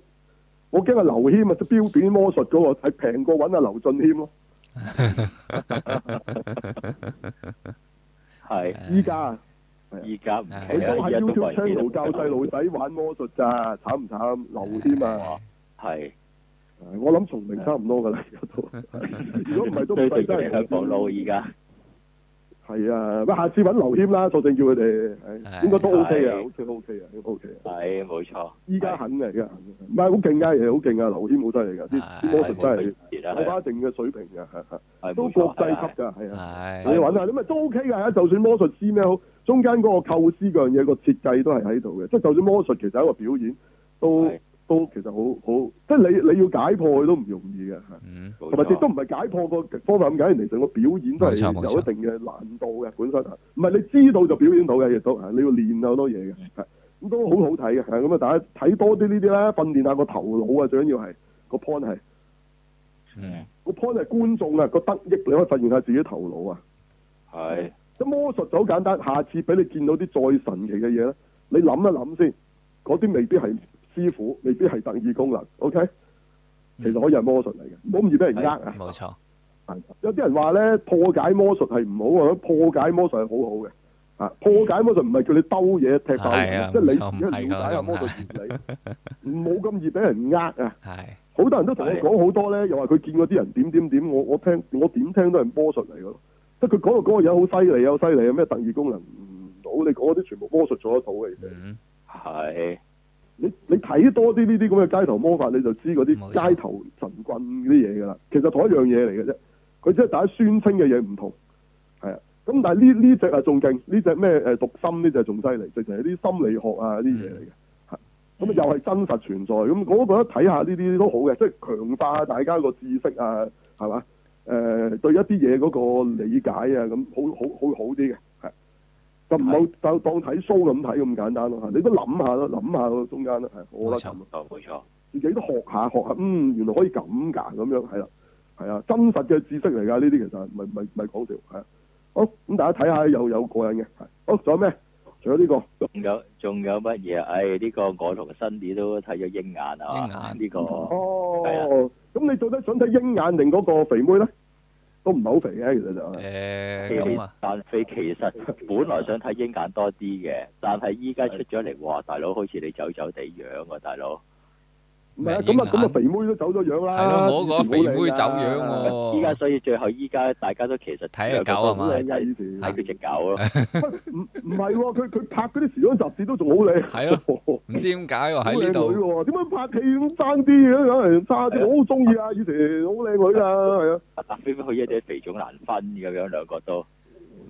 S1: 我驚阿劉軒啊，即係標點魔術嗰個係平過揾阿劉俊軒咯，
S3: 係
S1: 依家啊。
S3: 依家唔
S1: 佢
S3: 係
S1: 都
S3: 啊，
S1: 喺
S3: 依家都
S1: YouTube
S3: 為
S1: channel 教細路仔玩魔術咋，慘唔慘？流添啊！
S3: 係
S1: 我諗從明差唔多㗎啦，而家都。如果唔係都唔
S3: 對
S1: 使
S3: 住
S1: 真
S3: 佢哋香港佬
S1: 係。
S3: 依家
S1: 係啊，喂，下次揾劉軒啦，索性叫佢哋，
S2: 係
S1: 係應該都 OK 啊
S3: 係
S1: ，OK OK 啊應該，OK 啊。
S3: 係冇錯。
S1: 依家肯嘅，而家肯嘅唔係好勁㗎，其實好勁啊，劉軒好犀利㗎，啲
S2: 係
S1: 啲魔術真係有
S3: 係
S1: 翻一定嘅水平㗎，係係
S3: 係
S1: 都
S3: 冇
S1: 國
S3: 錯
S1: 際
S3: 係啊
S1: 級㗎，係啊。
S2: 係
S1: 你揾下，咁咪都 OK 㗎，就算魔術師咩好，中間嗰個構思嗰樣嘢個設計都係喺度嘅，即係就算魔術其實係一個表演，都
S3: 係
S1: 都其實好好，即係你你要解破佢都唔容易嘅，係
S2: 嗯
S1: 同
S3: 冇
S1: 埋亦都
S3: 錯
S1: 唔係解破個方法咁簡單，其實個表演都係
S2: 冇錯冇錯
S1: 有一定嘅難度嘅本身，唔係你知道就表演到嘅，亦都係你要練好多嘢嘅，係咁都好好睇嘅，係咁啊大家睇多啲呢啲啦，訓練下個頭腦啊，最緊要係個 point 係
S2: 嗯
S1: 個 point 係觀眾啊個得益，你可以訓練下自己頭腦啊。
S3: 係
S1: 咁魔術就好簡單，下次俾你見到啲再神奇嘅嘢咧，你諗一諗先，嗰啲未必係師傅，未必係特異功能，OK？其實可以係魔術嚟嘅，唔好咁易俾人呃啊！
S2: 嗯冇錯，
S1: 有啲人話咧，破解魔術係唔好啊，破解魔術係好好嘅。啊！破解魔術唔係叫你兜嘢踢爆
S2: 係啊
S1: 人，即係
S2: 冇錯
S1: 你
S2: 唔
S1: 而
S2: 係㗎
S1: 家
S2: 啊
S1: 了解下魔術原理，唔好咁易俾人呃啊！
S2: 係
S1: 好多人都同我講好多咧，又話佢見過啲人點點點，我我聽我點聽都係魔術嚟嘅咯，即係佢講到嗰個人好犀利啊，好犀利啊，咩特異功能唔到，你講嗰啲全部魔術做得到嘅。其實
S2: 嗯
S3: 係
S1: 你你睇多啲呢啲咁嘅街頭魔法，你就知嗰啲
S2: 冇錯
S1: 街頭神棍嗰啲嘢㗎啦。其實同一樣嘢嚟嘅啫，佢即係大家宣稱嘅嘢唔同，係啊。咁但係呢呢只啊仲勁，呢只咩誒讀心呢只仲犀利，直情係啲心理學啊啲嘢嚟嘅。
S2: 嗯
S1: 係咁啊，又係真實存在，咁我都覺得睇下呢啲都好嘅，即係強化大家個知識啊，係嘛？誒、對一啲嘢嗰個理解啊，咁好好好好啲嘅，係就唔好就當睇 show 咁睇咁簡單咯，係你都諗下咯，諗下咯中間咯，係我覺得咁
S2: 冇
S1: 咯，
S3: 哦冇錯
S1: 自己都學下學下，嗯，原來可以咁㗎，咁樣係啦，係啊，真實嘅知識嚟㗎，呢啲其實唔係唔係唔係講笑，係啊好咁大家睇下又有個人嘅，係好仲有咩？仲有呢、個。
S3: 仲有仲有乜嘢啊？唉呢個我同新年都睇咗鷹眼啊
S2: 鷹眼
S3: 呢個係
S1: 哦，咁你到底想睇鷹眼定嗰個肥妹咧？都唔係好肥嘅，其實就係
S2: 誒咁啊，
S3: 但飛其實本來想睇鷹眼多啲嘅，但係依家出咗嚟，哇！大佬好似你走走地樣啊，大佬。
S1: 唔係啊
S2: 咩
S1: 咁啊
S2: 鷹眼
S1: 咁啊，肥妹都走咗樣啦。
S2: 係咯，冇嗰個肥妹走
S1: 喎。
S3: 依家
S2: 樣喎，
S3: 所以最後依家大家都其實
S2: 哦睇下狗係啊嘛
S1: 好靚㗎
S3: 睇
S1: 以前，
S3: 睇佢只狗咯，啊
S1: 唔唔係喎，佢佢拍嗰啲時裝雜誌都仲好靚。
S2: 係
S1: 咯，
S2: 唔知點解喎喺呢度，
S1: 度。點解拍戲咁爭啲嘅？梗係爭啲，我好中意啊！以前好靚女㗎，係啊，
S3: 阿飛飛好似一隻肥腫難分咁樣，兩個都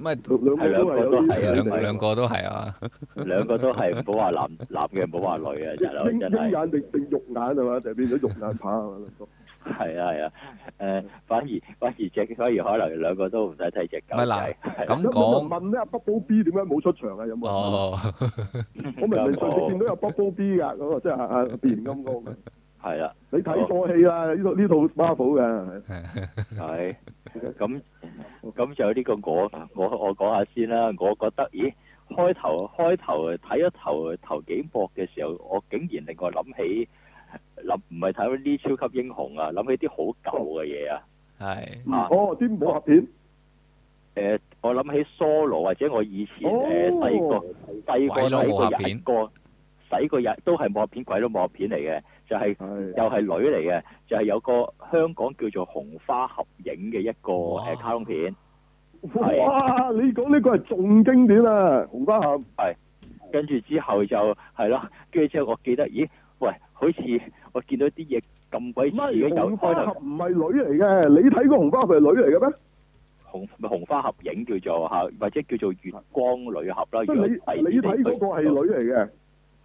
S2: 咪
S1: 兩兩個都係有啲
S3: 係
S2: 兩
S1: 靚
S3: 兩個
S1: 女
S2: 啊兩個都係啊，
S3: 兩個都係唔好話男男嘅，唔好話女啊，大佬
S1: 鷹
S3: 真
S1: 鷹
S3: 係
S1: 眼定定肉眼係嘛？就係變咗肉眼拍啊係嘛？兩個
S3: 係啊係啊，誒反而反而只反而可能兩個都唔使睇只狗
S2: 咪嗱
S3: 仔，係
S2: 咁
S1: 有冇人
S2: 講
S1: 啊問咧？阿 Bubble B 點解冇出場啊？有冇人問啊？
S2: 哦，
S1: 我明明上次見到有 Bubble B 㗎，咁啊，即係啊啊變金剛嘅。
S3: 係啦。
S1: 你睇錯戲啦，呢套呢套 Marvel 嘅，
S3: 係，咁咁就呢個我我我講下先啦。我覺得，咦，開頭開頭睇咗頭頭幾幕嘅時候，我竟然令我諗起諗唔係睇呢啲超級英雄啊，諗起啲好舊嘅嘢啊。
S2: 係
S1: 嗯
S3: 啊
S1: 哦啲武俠片，
S3: 誒、呃我諗起 solo 或者我以前
S1: 哦
S3: 誒細個細個
S2: 鬼佬
S3: 睇
S2: 武
S3: 過
S2: 俠
S3: 有一
S2: 片
S3: 個睇過有都係武俠片，鬼佬武俠片嚟嘅，就係、
S1: 係
S3: 又係女嚟嘅，就係、有個香港叫做紅花合影嘅一個
S2: 哇
S3: 誒卡通片。係
S1: 哇！你講呢個係仲經典啊，紅花俠
S3: 跟住之後就係咯，跟住之後我記得，咦，喂，好似我見到啲嘢咁鬼
S1: 唔
S3: 遲嘅
S1: 係
S3: 由
S1: 紅花
S3: 開
S1: 俠
S3: 頭
S1: 唔係女嚟嘅，你睇個紅花俠係女嚟嘅咩？
S3: 紅紅花合影叫做嚇，或者叫做月光女俠啦。
S1: 即係
S3: 如果
S1: 你你睇嗰個係女嚟嘅，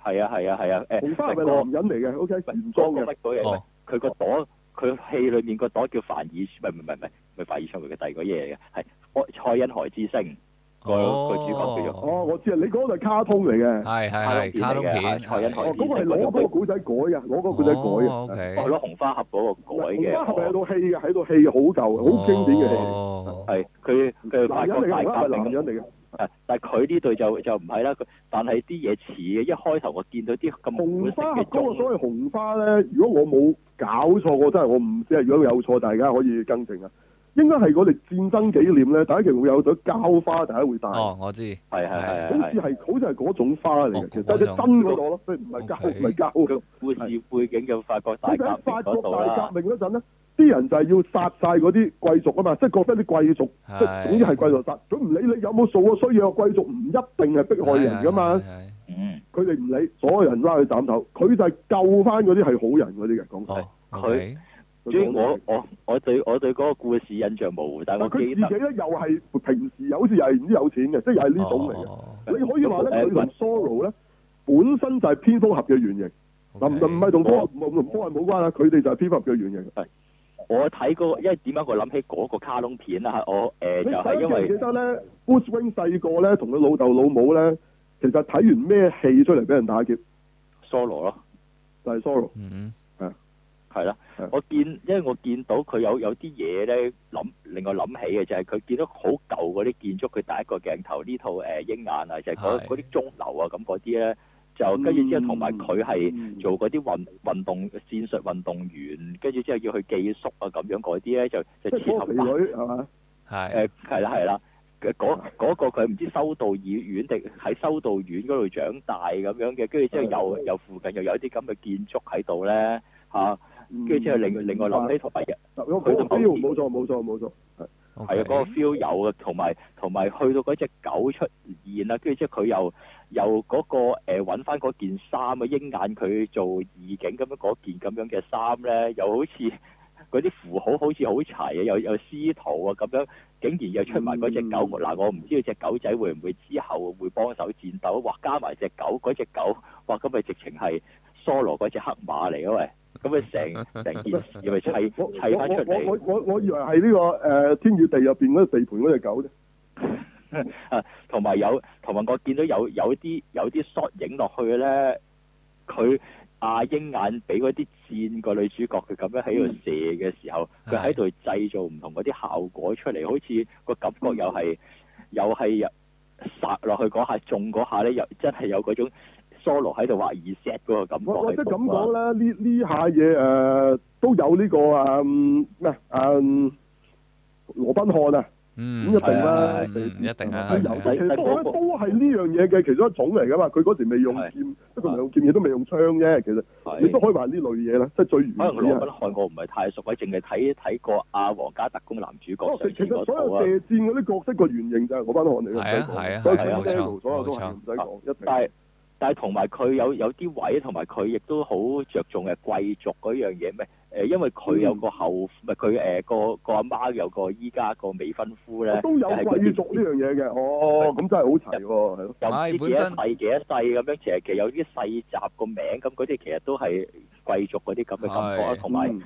S3: 係啊係啊係啊誒，
S1: 紅花俠
S3: 個
S1: 係男人嚟嘅，OK，原裝
S3: 嗰個
S1: 嘅。
S3: 乜鬼嘢？
S2: 哦，
S3: 佢個朵，佢戲裏面個朵叫凡爾，唔係唔係唔係唔係凡爾賽佢嘅第二個嘢嚟嘅，係蔡恩海之星。個個主角叫
S1: 哦，
S2: 哦，
S1: 我知啊，你講個係卡通嚟嘅。
S2: 係係係卡通片，
S3: 蔡欣
S1: 哦，
S3: 海
S2: 係
S1: 嗰個係攞嗰個古仔改嘅，攞嗰個古仔改嘅。
S2: 哦，OK
S3: 係咯，紅花俠嗰個改嘅。
S1: 紅花俠係套戲嘅，喺套戲好舊，好經典嘅戲。
S2: 哦
S3: 係佢佢
S1: 男
S3: 法
S1: 人
S3: 國
S1: 嚟嘅，
S3: 大
S1: 係
S3: 革
S1: 男
S3: 命
S1: 人嚟嘅。
S3: 啊！但係佢呢對就就唔係啦，佢但係啲嘢似嘅，一開頭我見到啲咁
S1: 紅花
S3: 款式
S1: 俠
S3: 嘅
S1: 嗰個
S3: 種，
S1: 所謂紅花咧，如果我冇搞錯，我真係我唔知啊。如果有錯，大家可以更正啊。應該係我哋戰爭紀念咧，大家其實會有朵膠花，大家會戴。
S2: 哦，我知，
S3: 係係係
S1: 好
S3: 係
S1: 似係
S3: 係。
S1: 好似係嗰種花嚟
S2: 哦
S1: 嘅，其實
S2: 嗰
S1: 但係隻
S2: 種
S1: 真嗰個咯，佢唔係膠
S2: OK
S1: 唔係膠。
S3: 佢故事背景就法國大
S1: 佢
S3: 革
S1: 喺
S3: 命
S1: 法國
S3: 嗰度啊啦
S1: 大。革命嗰陣咧，啲人就係要殺晒嗰啲貴族啊嘛，即係覺得啲貴族即係總之係貴族殺，佢唔理你有冇數啊衰嘢，貴族唔一定係迫害人噶嘛
S2: 係，，係
S3: 嗯，
S1: 佢哋唔理，所有人拉去斬頭，佢就係救翻嗰啲係好人嗰啲嘅講
S2: 係哦
S3: 佢
S2: ，OK，
S1: 佢
S3: 所以
S1: 講
S3: 我我我對我對嗰個故事印象模糊，但
S1: 但
S3: 係我
S1: 佢
S3: 記
S1: 自己
S3: 得
S1: 咧又係平時又好似又係唔知有錢嘅，即係又係呢種嚟嘅。
S2: 哦
S1: 你可以話咧，佢同
S3: 誒
S1: Sorrow 咧本身就係蝙蝠俠嘅原型。嗱唔
S2: OK
S1: 唔係
S3: 哦
S1: 同科唔同科幻冇關啦，啊佢哋就係蝙蝠俠嘅原型。
S3: 我睇嗰個，因為點解我諗起嗰個卡通片啦？我誒
S1: 你
S3: 就
S1: 大
S3: 係
S1: 家
S3: 因
S1: 記唔記
S3: 為
S1: 得咧？Bruce Wayne 細個咧，同佢老豆老母咧，其實睇完咩戲出嚟俾人打劫，
S3: Solo 咯，
S1: 就係 Sorrow。
S2: 嗯
S3: 係啦
S1: 係。
S3: 我見因為我見到佢有有啲嘢咧諗，令我諗起嘅就係佢見到好舊嗰啲建築，佢第一個鏡頭呢套誒鷹眼啊，就係嗰
S2: 係
S3: 嗰啲鐘樓啊咁嗰啲咧，就哦跟住之後同埋佢係。
S1: 嗯
S3: 做嗰啲運運動戰術運動員，跟住之後要去寄宿啊咁樣嗰啲咧，就
S1: 即
S3: 就
S1: 係
S3: 前
S1: 嗰個
S3: 後
S1: 肥女係嘛？
S2: 嗯，係
S3: 誒係啦係啦，嗰嗰嗰個佢唔知修道院定喺修道院嗰度長大咁樣嘅，跟住之後又又附近又有啲咁嘅建築喺度咧嚇，
S1: 嗯
S3: 跟住之後另另外諗起同埋
S1: 嗰個嗰個 feel 冇錯冇錯冇錯，
S3: 係啊，嗰個
S2: OK，
S3: feel 有啊，同埋同埋去到嗰只狗出現啦，跟住之後佢又又嗰、個誒揾翻嗰件衫啊，鷹眼佢做義警咁樣嗰件咁樣嘅衫咧，又好似 嗰啲符號好似好齊啊，又又司徒啊咁樣，竟然又出埋嗰只
S1: 嗯
S3: 狗。嗱、我唔知道只狗仔會唔會之後會幫手戰鬥，哇！加埋只狗，嗰只狗，哇！咁咪直情係 solo 嗰只黑馬嚟啊喂！咁咪成成件事咪砌
S1: 我
S3: 砌翻出嚟
S1: 我。我我我我以為係呢個誒天與地入邊嗰個地盤嗰只狗啫。
S3: 同埋有，同埋我見到有有啲有啲 shot 影落去咧，佢阿鷹眼俾嗰啲箭個女主角佢咁樣喺度射嘅時候，佢喺度製造唔同嗰啲效果出嚟，好似個感覺又係又係入殺落去嗰下中嗰下咧，又真係有嗰種 solo 喺度畫 reset 嗰個感覺
S1: 我我
S3: 喺
S1: 即係
S3: 度
S1: 咁
S3: 啊
S1: 講啦，呢呢下嘢誒都有呢、個啊嗯咩啊嗯羅賓漢啊，
S2: 嗯，
S1: 咁一定啦
S2: 係啊嗯一定啊
S1: 佢有
S3: 係
S1: 其實我覺得
S3: 係
S1: 都係呢樣嘢嘅其中一種嚟噶嘛。佢嗰時未用
S3: 係
S1: 劍，即係佢未用劍，亦都未用槍啫。其實你都
S3: 係。
S1: 可以話呢類嘢啦，即係最原始
S3: 可能羅
S1: 係
S3: 賓漢我唔係太熟，我淨係睇睇過阿皇家特工男主角
S1: 哦
S3: 上
S1: 其
S3: 次
S1: 實
S3: 嗰
S1: 所有
S3: 套啊。
S1: 射箭嗰啲角色個原型就係羅賓漢嚟嘅，
S2: 係啊
S1: 唔使講
S2: 係啊
S1: 所以
S2: 係
S3: 啊
S1: 其他
S2: 錯
S3: 冇
S1: 所有都係
S2: 冇錯
S1: 唔使講，一定
S3: 但係但係同埋佢有有啲位，同埋佢亦都好着重嘅貴族嗰樣嘢咩？誒、因為佢有個後，唔係佢誒個個阿媽有個依家個未婚夫咧，
S1: 都有
S3: 又係嗰啲
S1: 貴族呢樣嘢嘅。哦，咁真係好齊喎，係咯。
S3: 又唔
S2: 唉
S3: 知
S2: 本
S3: 幾多
S2: 身
S3: 世幾多世咁樣，其實其實有啲世襲個名咁，嗰啲其實都係貴族嗰啲咁嘅感覺啊
S2: 係
S3: 同埋
S1: 嗯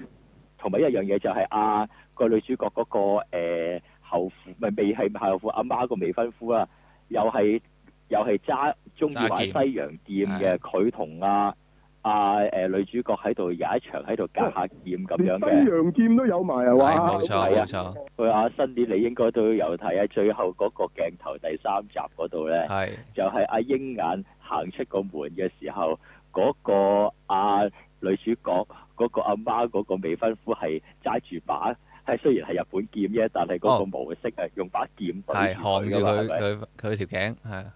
S3: 同埋一樣嘢就係啊個女主角嗰、個誒後父，咪未係後父阿媽個未婚夫啦，又係又係揸中意
S2: 揸
S3: 玩
S2: 劍
S3: 西洋劍
S2: 係
S3: 嘅，佢同阿阿誒女主角喺度有一場喺度夾下劍咁樣
S1: 連
S3: 嘅
S1: 西。洋劍都有埋係
S2: 係
S1: 嘛？
S2: 冇錯
S3: 係
S2: 冇
S3: 啊
S2: 錯，
S3: 佢阿新年你應該都有睇啊，最後嗰個鏡頭第三集嗰度咧，
S2: 係
S3: 就係阿鷹眼行出個門嘅時候，嗰、個阿、女主角嗰、個阿媽嗰個未婚夫係揸住把，係雖然係日本劍啫，但係嗰個
S2: 哦
S3: 模式係用把劍對
S2: 係
S3: 住
S2: 扛住
S3: 㗎嘛
S2: 佢
S3: 係咪
S2: 佢佢條頸係啊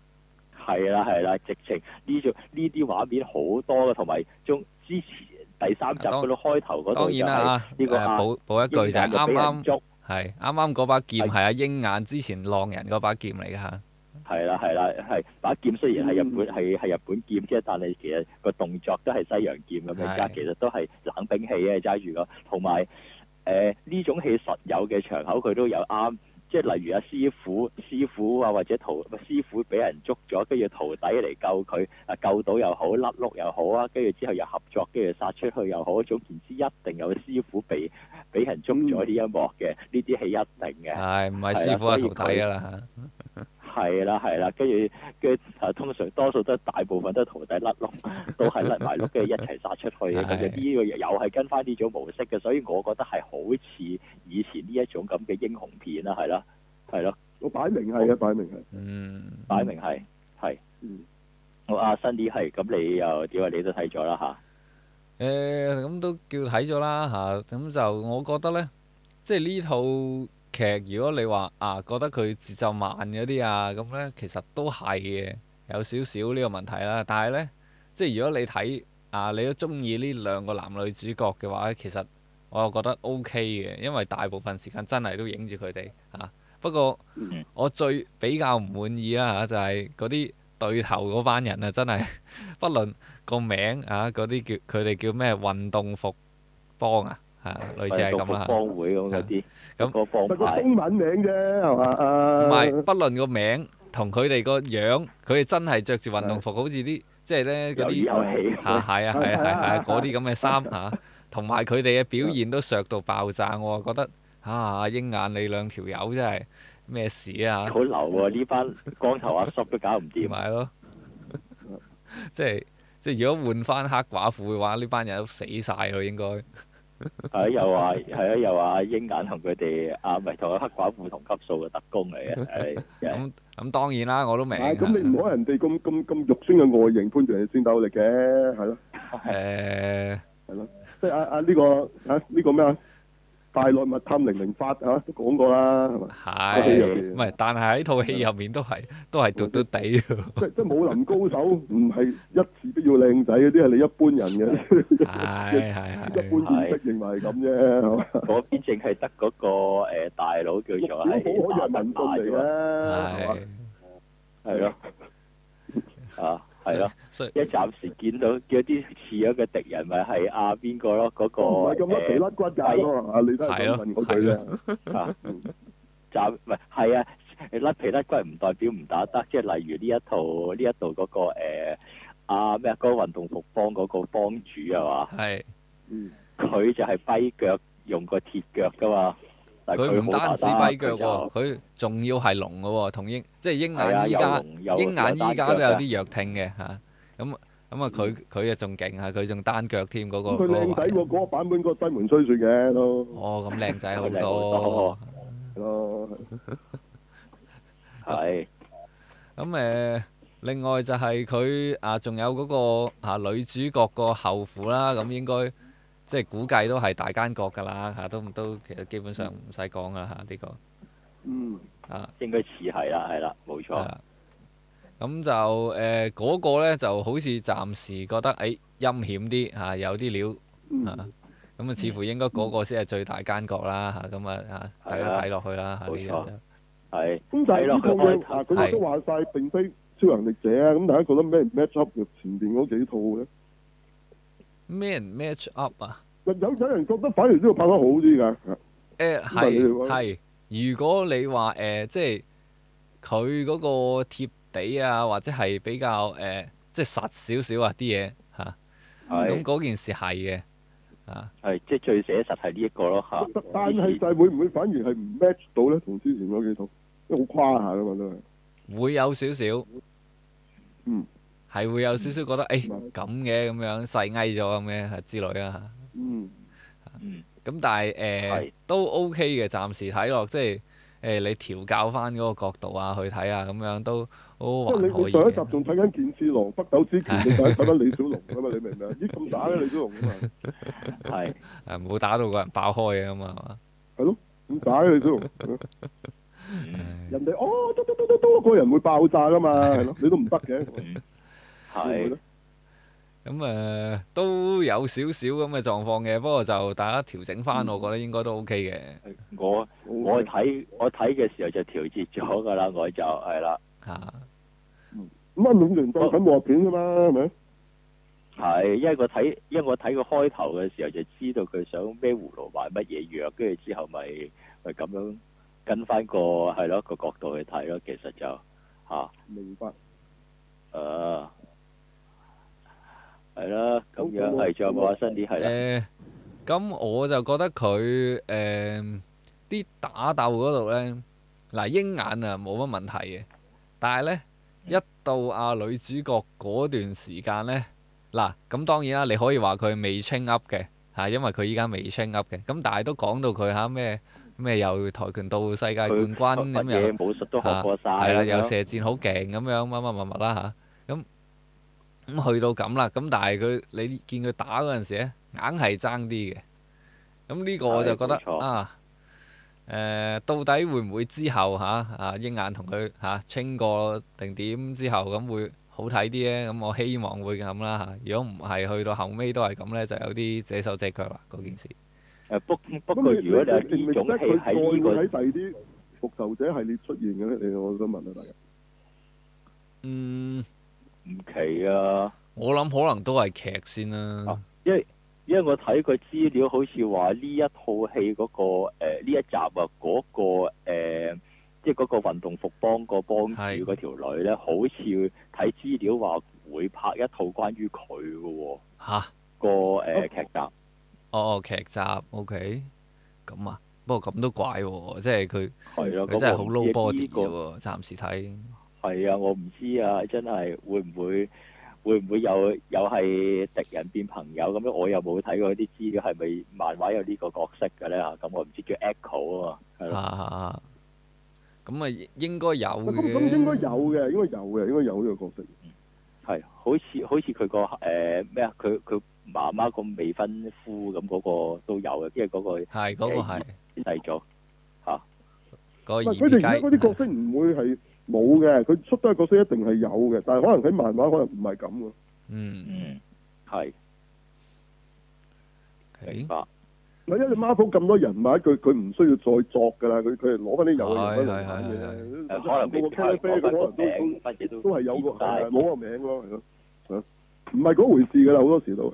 S3: 係啦係啦，直情呢種呢啲畫面好多嘅，同埋中之前第三集
S2: 當
S3: 嗰度開頭嗰
S2: 當
S3: 度就
S2: 然
S3: 係
S2: 啦
S3: 呢個
S2: 誒
S3: 啊
S2: 補補一句就
S3: 鷹
S2: 係
S3: 眼就
S2: 啱
S3: 俾人
S2: 啱
S3: 捉，
S2: 係啱啱嗰把劍
S3: 係
S2: 係阿鷹眼之前浪人嗰把劍嚟嘅嚇，
S3: 係啦係啦係把劍雖然係日本係係日本劍啫，但係其實個動作都係西洋劍咁樣
S2: 係
S3: 加，其實都係冷兵器嘅揸住個，同埋誒呢種戲實有嘅場口佢都有啱。即係例如阿師傅、師傅啊，或者徒師傅俾人捉咗，跟住徒弟嚟救佢，啊救到又好，甩碌又好啊，跟住之後又合作，跟住殺出去又好，總言之一定有師傅被俾人捉咗呢一幕嘅，呢啲戲一定嘅。
S2: 係唔係
S3: 係
S2: 師
S3: 啦
S2: 傅啊
S3: 所以
S2: 徒弟㗎啦
S3: 係啦係啦，跟住跟住啊通常多數都係大部分都係徒弟甩 碌，都係甩埋碌，跟住一齊殺出去嘅。咁
S2: 係
S3: 就呢個又係跟翻呢種模式嘅，所以我覺得係好似以前呢一種咁嘅英雄片啦，係啦，係咯，
S1: 我擺明係嘅，擺明係。
S2: 嗯，
S3: 擺明係係。
S1: 嗯。
S3: 我阿新啲係咁，你又點啊？你都睇咗啦吓，
S2: 誒咁、都叫睇咗啦嚇，咁、就我覺得呢，即係呢套劇，如果你話啊覺得佢節奏慢嗰啲啊，咁呢其實都係嘅，有少少呢個問題啦。但係呢，即係如果你睇啊，你都中意呢兩個男女主角嘅話，其實我又覺得 O K 嘅，因為大部分時間真係都影住佢哋嚇。不過
S1: 嗯
S2: 我最比較唔滿意啦嚇，就係嗰啲對頭嗰班人啊，真係 不論。個名啊，嗰啲叫佢哋叫咩運動服幫啊，啊，類似係咁啦。
S3: 幫會咁嗰啲，
S2: 咁
S3: 咁個幫
S1: 但個
S3: 派
S1: 中文名啫，係嘛？
S2: 唔
S1: 唔
S2: 係，呃不論個名同佢哋個樣，佢哋真係着住運動服，好似啲即係咧嗰
S3: 有
S2: 啲
S3: 啲有戲，
S2: 嚇 係啊係啊係啊係
S1: 係
S2: 啊
S1: 啊
S2: 嗰啲咁 嘅衫嚇，同埋佢哋嘅表現都削到爆炸，我啊覺得啊鷹眼你兩條友真係咩事啊！
S3: 好流喎！呢班光頭阿叔都搞唔掂，啊
S2: 咪係咯， 即係即係如果換翻黑寡婦嘅話，呢班人都死晒咯應該。
S3: 係啊又話係啊又話鷹眼同佢哋啊，唔係同阿黑寡婦同級數嘅特工嚟嘅，係真係
S2: 咁咁當然啦，我都明。
S1: 係咁，你唔可人哋咁咁咁肉酸嘅外形判斷人哋戰鬥力嘅，係咯，
S2: 誒
S1: 係咯，即係啊啊呢個啊呢個咩啊？大內密探零零八嚇都講過啦， 係嘛？
S2: 係，
S1: 戲入邊
S2: 唔係？但係喺套戲入面都係都係嘟嘟地喎，
S1: 即即武林高手唔係一時必要靚仔嗰啲，係你一般人嘅，
S2: 係係
S1: 一
S2: 係，
S1: 般見識認為係咁啫，係嘛？
S3: 嗰邊淨係得嗰個誒大佬叫
S1: 陸
S3: 做
S1: 小寶可以係
S3: 係
S1: 民進
S3: 馬
S1: 嚟
S3: 德
S1: 嘅，
S3: 馬啫嘛，
S1: 係嘛
S2: 係，
S3: 係咯，啊係咯。
S2: 所以
S3: 一暫時見到有啲似樣嘅敵人，咪係阿邊個咯？嗰、個
S1: 唔係咁甩皮
S3: 誒
S1: 甩骨㗎喎，啊你都係想問嗰句
S2: 係
S1: 啫
S2: 咯。
S3: 啊，暫唔係係啊，甩皮甩骨唔代表唔打得，即係例如呢一套呢一度嗰、個誒阿咩啊嗰個運動服幫嗰個幫主係嘛？
S2: 係
S1: 嗯
S3: 佢就係跛腳用個鐵腳噶嘛，但係
S2: 佢唔
S3: 好打
S2: 單
S3: 得
S2: 止跛腳
S3: 佢就
S2: 喎，佢仲要係聾嘅喎，同鷹即係鷹
S3: 係啊，
S2: 眼依
S3: 有
S2: 家
S3: 龍有
S2: 鷹眼依家都有
S3: 單腳㗎
S2: 啲弱聽嘅嚇，咁咁啊佢佢啊仲勁啊，佢仲單腳添嗰個
S1: 咁佢
S2: 嗰個
S1: 靚仔
S2: 位
S1: 過嗰個版本嗰個西門吹雪嘅都
S2: 哦咁靚仔好
S3: 靚哦好
S2: 多
S3: 多。
S1: 係咯，
S3: 係
S2: 咁誒、呃另外就係佢啊，仲有嗰、個啊女主角個後父啦，咁應該即係估計都係大奸角㗎啦嚇，都都其實基本上唔使講㗎啦嚇，呢、個
S1: 嗯，
S2: 啊
S3: 應該似係啦，係啦，冇
S2: 係
S3: 錯，
S2: 啦咁就呃誒嗰、個咧就好似暫時覺得誒、哎陰險啲嚇、啊有啲料
S1: 嗯
S2: 啊，咁啊似乎應該嗰個先係最大奸角啦嚇，咁啊啊大
S3: 係
S2: 家
S3: 啊
S2: 睇落去啦嚇呢
S3: 冇
S2: 樣
S3: 錯
S2: 就。啊
S3: 係
S1: 咁但係呢套
S3: 係
S1: 嘢
S3: 咯
S1: 啊，佢都話晒並非超能力者啊，咁大家覺得咩 match up 入前邊嗰幾套咧？
S2: 咩人 match up 啊？
S1: 有有人覺得反而呢度拍得好啲㗎，
S2: 誒
S1: 但係你哋
S2: 呃係係，如果你話誒、即係佢嗰個貼地啊，或者係比較誒、呃即係實少少啊啲嘢嚇，咁
S3: 係
S2: 嗰件事係嘅啊，
S3: 係，即係最寫實係呢一個咯嚇。
S1: 但係就係會唔會反而係唔 match 到咧？同之前嗰幾套，因為好誇下㗎嘛都係。
S2: 會有少少，
S1: 嗯，
S2: 係會有少少覺得誒
S1: 嗯
S2: 咁嘅咁樣細矮咗咁嘅之類啊嚇。
S1: 嗯，
S3: 嗯。
S2: 咁但係誒、呃
S3: 係
S2: 都 OK 嘅，暫時睇落即係誒、呃你調教翻嗰個角度啊去睇啊，咁樣都都
S1: 即係
S2: 還
S1: 你
S2: 可
S1: 你
S2: 以
S1: 上一
S2: 嘅。
S1: 集仲睇緊《健次郎北斗之拳》，你就係睇緊李小龍㗎嘛？你明 唔明啊？咦咁打嘅李小龍㗎嘛？
S3: 係
S2: 誒冇啊打到個人爆開啊嘛，係嘛？
S1: 係咯，咁打嘅李小龍。
S3: 嗯
S1: 人哋哦，嘟嘟嘟嘟嘟，個人會爆炸噶嘛，係咯，你都唔得嘅，會唔會
S3: 係
S1: 咧
S2: 咁誒、呃都有少少咁嘅狀況嘅，不過就大家調整
S1: 嗯
S2: 翻，我覺得應該都 OK 嘅。
S3: 我我睇我睇嘅時候就調節咗㗎啦，我就係啦，
S2: 嚇。
S1: 咁啊，五聯當緊幕片啫嘛，係咪？
S3: 係，因為我睇，因為我睇個開頭嘅時候就知道佢想咩葫蘆賣乜嘢藥，跟住之後咪咪咁樣跟翻個係咯個角度去睇咯，其實就嚇。
S1: 明白。
S3: 啊，係啦，
S1: 好
S3: 咁樣
S1: 咁我
S3: 係仲有冇啊？新年係啦，
S2: 誒，咁、我就覺得佢誒啲打鬥嗰度咧，嗱鷹眼啊冇乜問題嘅，但係咧一到阿女主角嗰段時間咧，嗱咁當然啦，你可以話佢未 train up 嘅嚇、因為佢依家未 train up 嘅，咁但係都講到佢嚇咩咩又跆拳道世界
S3: 佢
S2: 冠軍
S3: 乜
S2: 咁又
S3: 嘢。武術都學過晒
S2: 係啦，
S3: 咁樣
S2: 有射箭好勁咁樣乜乜乜乜啦嚇，咁咁去到咁啦，咁但係佢你見佢打嗰陣時咧，硬係爭啲嘅。咁呢個我就覺得
S3: 係冇錯
S2: 啊，誒、到底會唔會之後嚇啊鷹眼同佢嚇清過定點之後咁會好睇啲咧？咁我希望會咁啦嚇。如果唔係去到後尾都係咁咧，就有啲隻手隻腳啦嗰件事。
S3: 誒不不
S1: 咁
S3: 過
S1: 你
S3: 如果你係
S1: 你你
S3: 呢種
S1: 你覺得
S3: 戲
S1: 佢
S3: 喺呢
S1: 再會
S3: 個
S1: 喺第二啲復仇者系列出現嘅咧，你我想問下大家。
S2: 嗯，
S3: 唔奇啊，
S2: 我諗可能都係劇先啦。
S3: 啊因為因為我睇佢資料，好似話呢一套戲嗰、個呃呢、一集啊，嗰、個、呃、即係嗰個運動服幫個幫
S2: 係
S3: 主嗰條女咧，好似睇資料話會拍一套關於佢嘅喎
S2: 嚇、
S3: 個誒
S1: 哦
S3: 劇集。
S2: 哦，劇集，OK，咁啊，不過咁都怪喎，即係佢
S3: 係咯，
S2: 佢真係好
S3: 咁我唔
S2: low
S3: 知
S2: body
S3: 呢個
S2: 嘅喎，暫時睇
S3: 係啊，我唔知啊，真係會唔會會唔會有又係敵人變朋友咁樣？我又冇睇過啲資料，係咪漫畫有呢個角色嘅咧？嚇，咁我唔知叫 Echo 啊嘛，係
S2: 啊
S3: 咯，
S2: 啊啊咁啊應該有
S1: 哦咁咁應該有
S2: 嘅，
S1: 嘅，應該有嘅，應該有呢個角色。
S3: 係好似好似佢個誒咩啊？佢佢媽媽個未婚夫咁嗰個都有嘅，因為嗰個
S2: 係嗰個係
S3: 製作
S2: 嗰個
S1: 唔
S2: 二
S1: 係佢哋而家嗰啲角
S2: 街，
S1: 色唔會係冇嘅，佢出得嘅角色一定係有嘅，但係可能喺漫畫可能唔係咁嘅。
S2: 嗯
S3: 嗯係
S2: ，OK，
S3: 明白
S1: 唔係因為 Marvel 咁多人物，佢佢唔需要再作㗎啦，佢佢係攞翻啲有嘅人物嚟玩嘅啫。
S3: 誒，呃可能未
S1: 個
S3: 必係
S1: Caliph 佢可
S3: 講翻個
S1: 能都
S3: 名，乜嘢
S1: 都
S3: 都
S1: 都係有個
S3: 變晒
S1: 係冇個名咯，係咯，係咯唔係嗰回事㗎啦，好多時都係。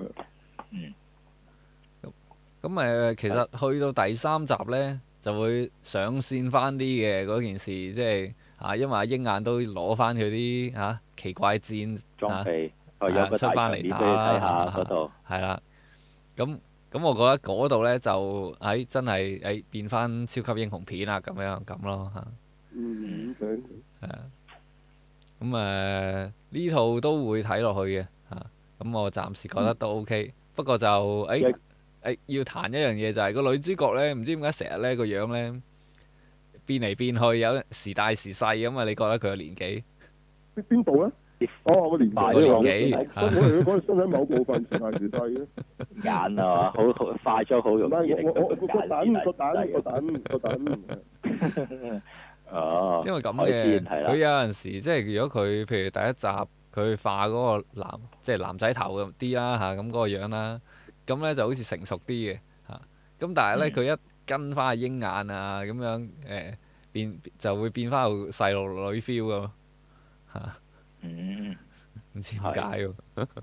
S2: 咁誒其實去到第三集咧就會上線翻啲嘅嗰件事，即係啊，因為阿鷹眼都攞翻佢啲啊奇怪戰
S3: 裝
S2: 啊
S3: 備，
S2: 啊
S3: 係有個
S2: 出
S3: 大
S2: 返
S3: 場
S2: 嚟
S3: 面俾你
S2: 打
S3: 睇下
S2: 啊
S3: 嗰度。
S2: 係啦，咁咁我覺得嗰度咧就喺、哎真係誒、哎、變翻超級英雄片啦咁樣咁咯嚇，
S1: 嗯，OK，
S2: 係啊咁誒呢套都會睇落去嘅嚇，咁、我暫時覺得都 OK，、不過就誒誒、哎
S3: 一
S2: 哎要彈一樣嘢就係、個女主角咧，唔知點解成日咧個樣咧變嚟變去，有時大時細咁啊！你覺得佢嘅年紀？
S1: 邊邊度咧？哦，我年
S3: 大
S1: 紀
S2: 年
S1: 我
S2: 紀
S1: 我哋嗰身喺某部分時大時細 嘅。
S3: 眼啊 嘛，好好化妝好
S1: 唔
S3: 容易
S1: 係
S3: 令
S1: 我
S3: 到
S1: 我我個
S3: 個
S1: 蛋
S3: 眼
S1: 個蛋個
S3: 變
S1: 蛋個
S3: 大
S1: 蛋。
S3: 啊哦，
S2: 因為咁
S3: 海
S2: 嘅，
S3: 鮮係
S2: 佢
S3: 啦，
S2: 有陣時即係如果佢譬如第一集佢化嗰個男即係男仔頭咁啲啦嚇，咁嗰個樣啦，咁咧就好似成熟啲嘅嚇。咁但係咧
S3: 嗯
S2: 佢一跟翻阿鷹眼啊咁樣誒變就會變翻個細路女 feel 咁嚇，
S3: 嗯，
S2: 唔知點解喎，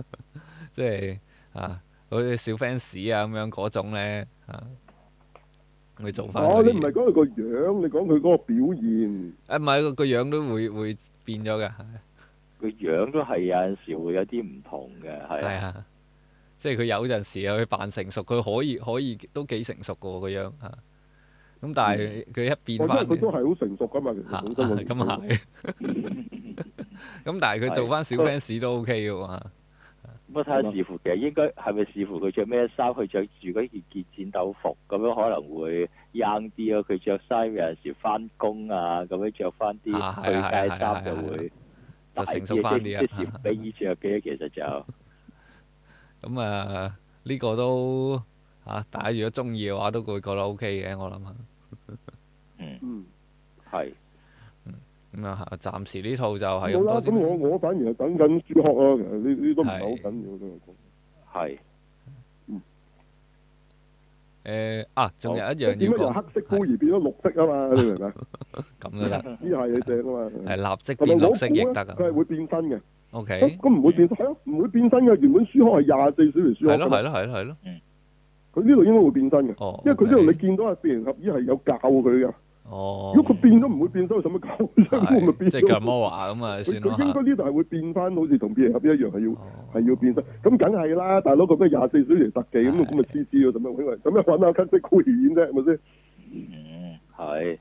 S2: 即係啊好似小 fans 啊咁樣嗰種咧嚇，會做翻
S1: 哦，
S2: 嗰
S1: 你唔
S2: 啲嘢啊
S1: 係。講佢個樣，你講佢嗰個表現。
S2: 誒唔係個個樣都會會變咗嘅。係
S3: 個樣都係有陣時會有啲唔同嘅，係
S2: 係
S3: 啊，
S2: 啊，即係佢有陣時佢扮成熟，佢可以可以都幾成熟嘅喎個樣嚇。咁但係佢一
S1: 我覺得
S2: 變翻
S1: 佢都係好成熟噶嘛，其
S2: 嚇，
S1: 實本 身個
S2: 咁
S1: 年紀
S2: 係。咁但係佢做翻小
S3: 係
S2: fans 都 OK 嘅喎。
S3: 咁啊睇下視乎其實應該係咪視乎佢着咩衫，佢着住嗰件件戰鬥服咁樣可能會 young 啲咯，佢着衫有陣時翻工啊咁樣着翻啲
S2: 啊
S3: 去
S2: 係啊係啊
S3: 街
S2: 係啊
S3: 衫就會
S2: 就
S3: 大
S2: 成
S3: 啲，
S2: 熟返
S3: 即
S2: 啲
S3: 係
S2: 啊
S3: 即係俾衣着嘅其實就。
S2: 咁啊呢個都嚇，大家如果中意嘅話都會覺得 OK 嘅，我諗下。
S3: 嗯，
S1: 嗯，
S3: 係，
S2: 咁啊，暫時呢套就係
S1: 好
S2: 咁
S1: 啦，
S2: 多
S1: 咁我
S2: 先。
S1: 我反而係等緊朱學咯，其實呢呢都唔係好緊要都係講。
S3: 係。
S2: 誒啊，仲有一樣
S1: 點解
S2: 要
S1: 由
S2: 講，
S1: 黑色孤兒變咗綠色啊 嘛？你明唔明啊？
S2: 咁都得，
S1: 呢係嘢正啊嘛。
S2: 係立即
S1: 同埋
S2: 變
S1: 我
S2: 綠
S1: 估
S2: 色
S1: 咧，
S2: 亦得
S1: 佢係
S2: 啊㗎。
S1: 會變身嘅。
S2: O
S1: 咁
S2: K，
S1: 咁唔會變身，係咯，唔會變身嘅。原本書殼係廿四小時書殼
S2: 係
S1: 㗎
S2: 咯係
S1: 嘛，
S2: 咯係咯係咯，
S1: 佢呢度應該會變身嘅。
S2: 哦，
S1: 因為佢呢度
S2: OK
S1: 你見到阿四人合衣係有教佢嘅，
S2: 哦，
S1: 如果佢變咗唔會變身，使乜搞啫？ 咁我咪
S2: 係
S1: 變
S2: 即係
S1: 咗
S2: 格。摩華咁啊，
S1: 佢
S2: 算
S1: 佢應該
S2: 啦
S1: 呢度係會變翻，好似同變形俠一樣係要。
S2: 嚇。哦
S1: 係要變身，咁梗係啦，大佬咁咩廿四小時特技咁，啊
S2: 係
S1: 咁咪黐黐咯，做咩揾做咩揾阿吉色酷演啫，係咪先？
S3: 嗯，係，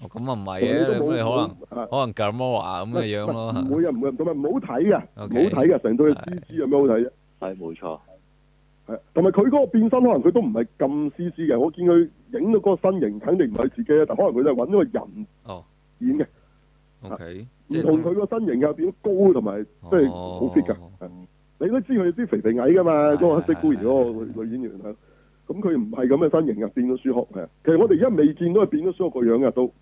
S2: 哦咁啊唔係
S1: 你
S2: 嘅，
S1: 都
S2: 咁你可
S1: 冇
S2: 能
S1: 能
S2: 可能格摩華咁嘅樣咯，
S1: 唔
S2: 係
S1: 會啊，唔會啊，同埋唔好睇啊，唔好
S2: OK
S1: 睇啊，成對 C
S2: 係
S1: G 有咩好睇啫？
S3: 係冇錯，
S1: 係，同埋佢嗰個變身可能佢都唔係咁 C G 嘅，我見佢影到嗰個身形肯定唔係自己啊，但可能佢就係揾咗個人
S2: 哦
S1: 演嘅，
S2: O K，
S1: 唔同佢個身形又變咗高同埋
S2: 哦
S1: 即係好 fit 㗎。係你都知佢啲肥肥矮㗎嘛，
S2: 係
S1: 嗰個黑色孤兒嗰
S2: 係係
S1: 個女女演員係。咁佢唔係咁嘅身形啊，變咗書殼係啊。其實我哋而家未見到佢變咗書殼個樣㗎啊都。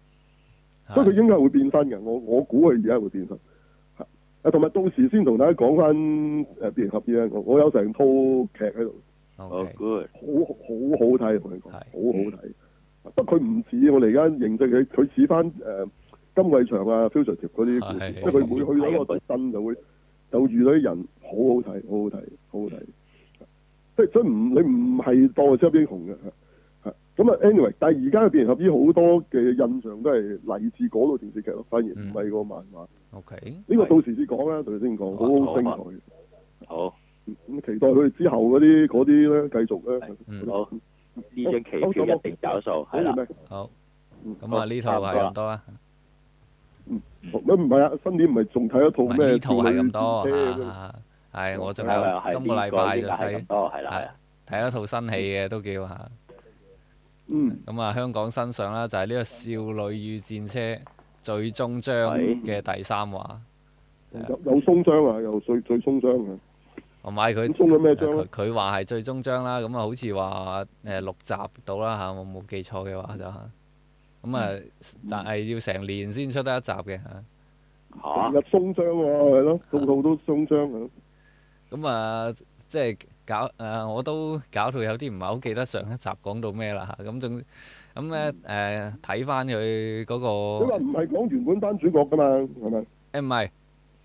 S1: 所以佢應該係會變身嘅，我我估佢而家會變身。係啊，同埋到時先同大家講翻誒變形俠醫啊！我我有成套劇喺度，
S3: 好
S1: 哦
S2: O K，
S3: good，
S1: 好好好睇，同你講，
S2: 係
S1: 好好睇。不過佢唔似我哋而家認識佢，佢似呃翻誒金貴祥啊、Fugitive 嗰啲故
S2: 係
S1: 事，即係佢每去到一個特登就會就遇到啲人，好好睇，好好睇，好好睇。即係所以唔你唔係當係超級英雄嘅。係咁啊，anyway，但係而家嘅變形俠醫好多嘅印象都係嚟自嗰套電視劇咯，反而唔係個漫畫。
S2: O K，
S1: 呢、個到時先講啦，到時先講，好好精彩。
S3: 好，
S1: 咁期待佢哋之後嗰啲嗰啲咧繼續咧。
S2: 嗯
S3: 好，呢張期票一定找數，
S1: 好
S3: 係啦，
S1: 咩？
S2: 好，
S1: 嗯
S2: 咁啊呢套係咁多啦，
S1: 好咩唔係啊？新年唔係仲睇一
S2: 唔
S1: 套
S2: 係
S1: 咩？
S2: 呢套係咁多
S1: 少女戰車咁樣
S2: 嚇，係我仲
S1: 啊
S3: 係啦係
S2: 有今個
S3: 呢
S2: 禮
S3: 個
S2: 拜
S3: 應
S2: 就
S3: 該係
S2: 睇
S3: 咁。多，係啦，係
S2: 係
S3: 啦，
S2: 睇一套新戲嘅都叫嚇，
S1: 嗯，
S2: 咁啊香港新上啦，就係呢個《少女與戰車》最終章
S3: 係
S2: 嘅第三話，
S1: 有有鬆章啊，有最最鬆章啊。
S2: 我買佢
S1: 咁鬆咗咩章咧
S2: 佢？佢話係最終章啦，咁啊好似話誒六集到啦嚇，我冇記錯嘅話就嚇，咁啊但係要成年先出得一集嘅嚇。
S3: 嚇
S1: 成日，鬆章喎，係咯，套套都鬆章啊。
S2: 咁啊，即係搞誒、呃我都搞到有啲唔係好記得上一集講到咩啦嚇。咁仲咁咧誒，睇翻佢嗰個
S1: 你話唔係講原本班主角㗎嘛，係咪？
S2: 誒唔係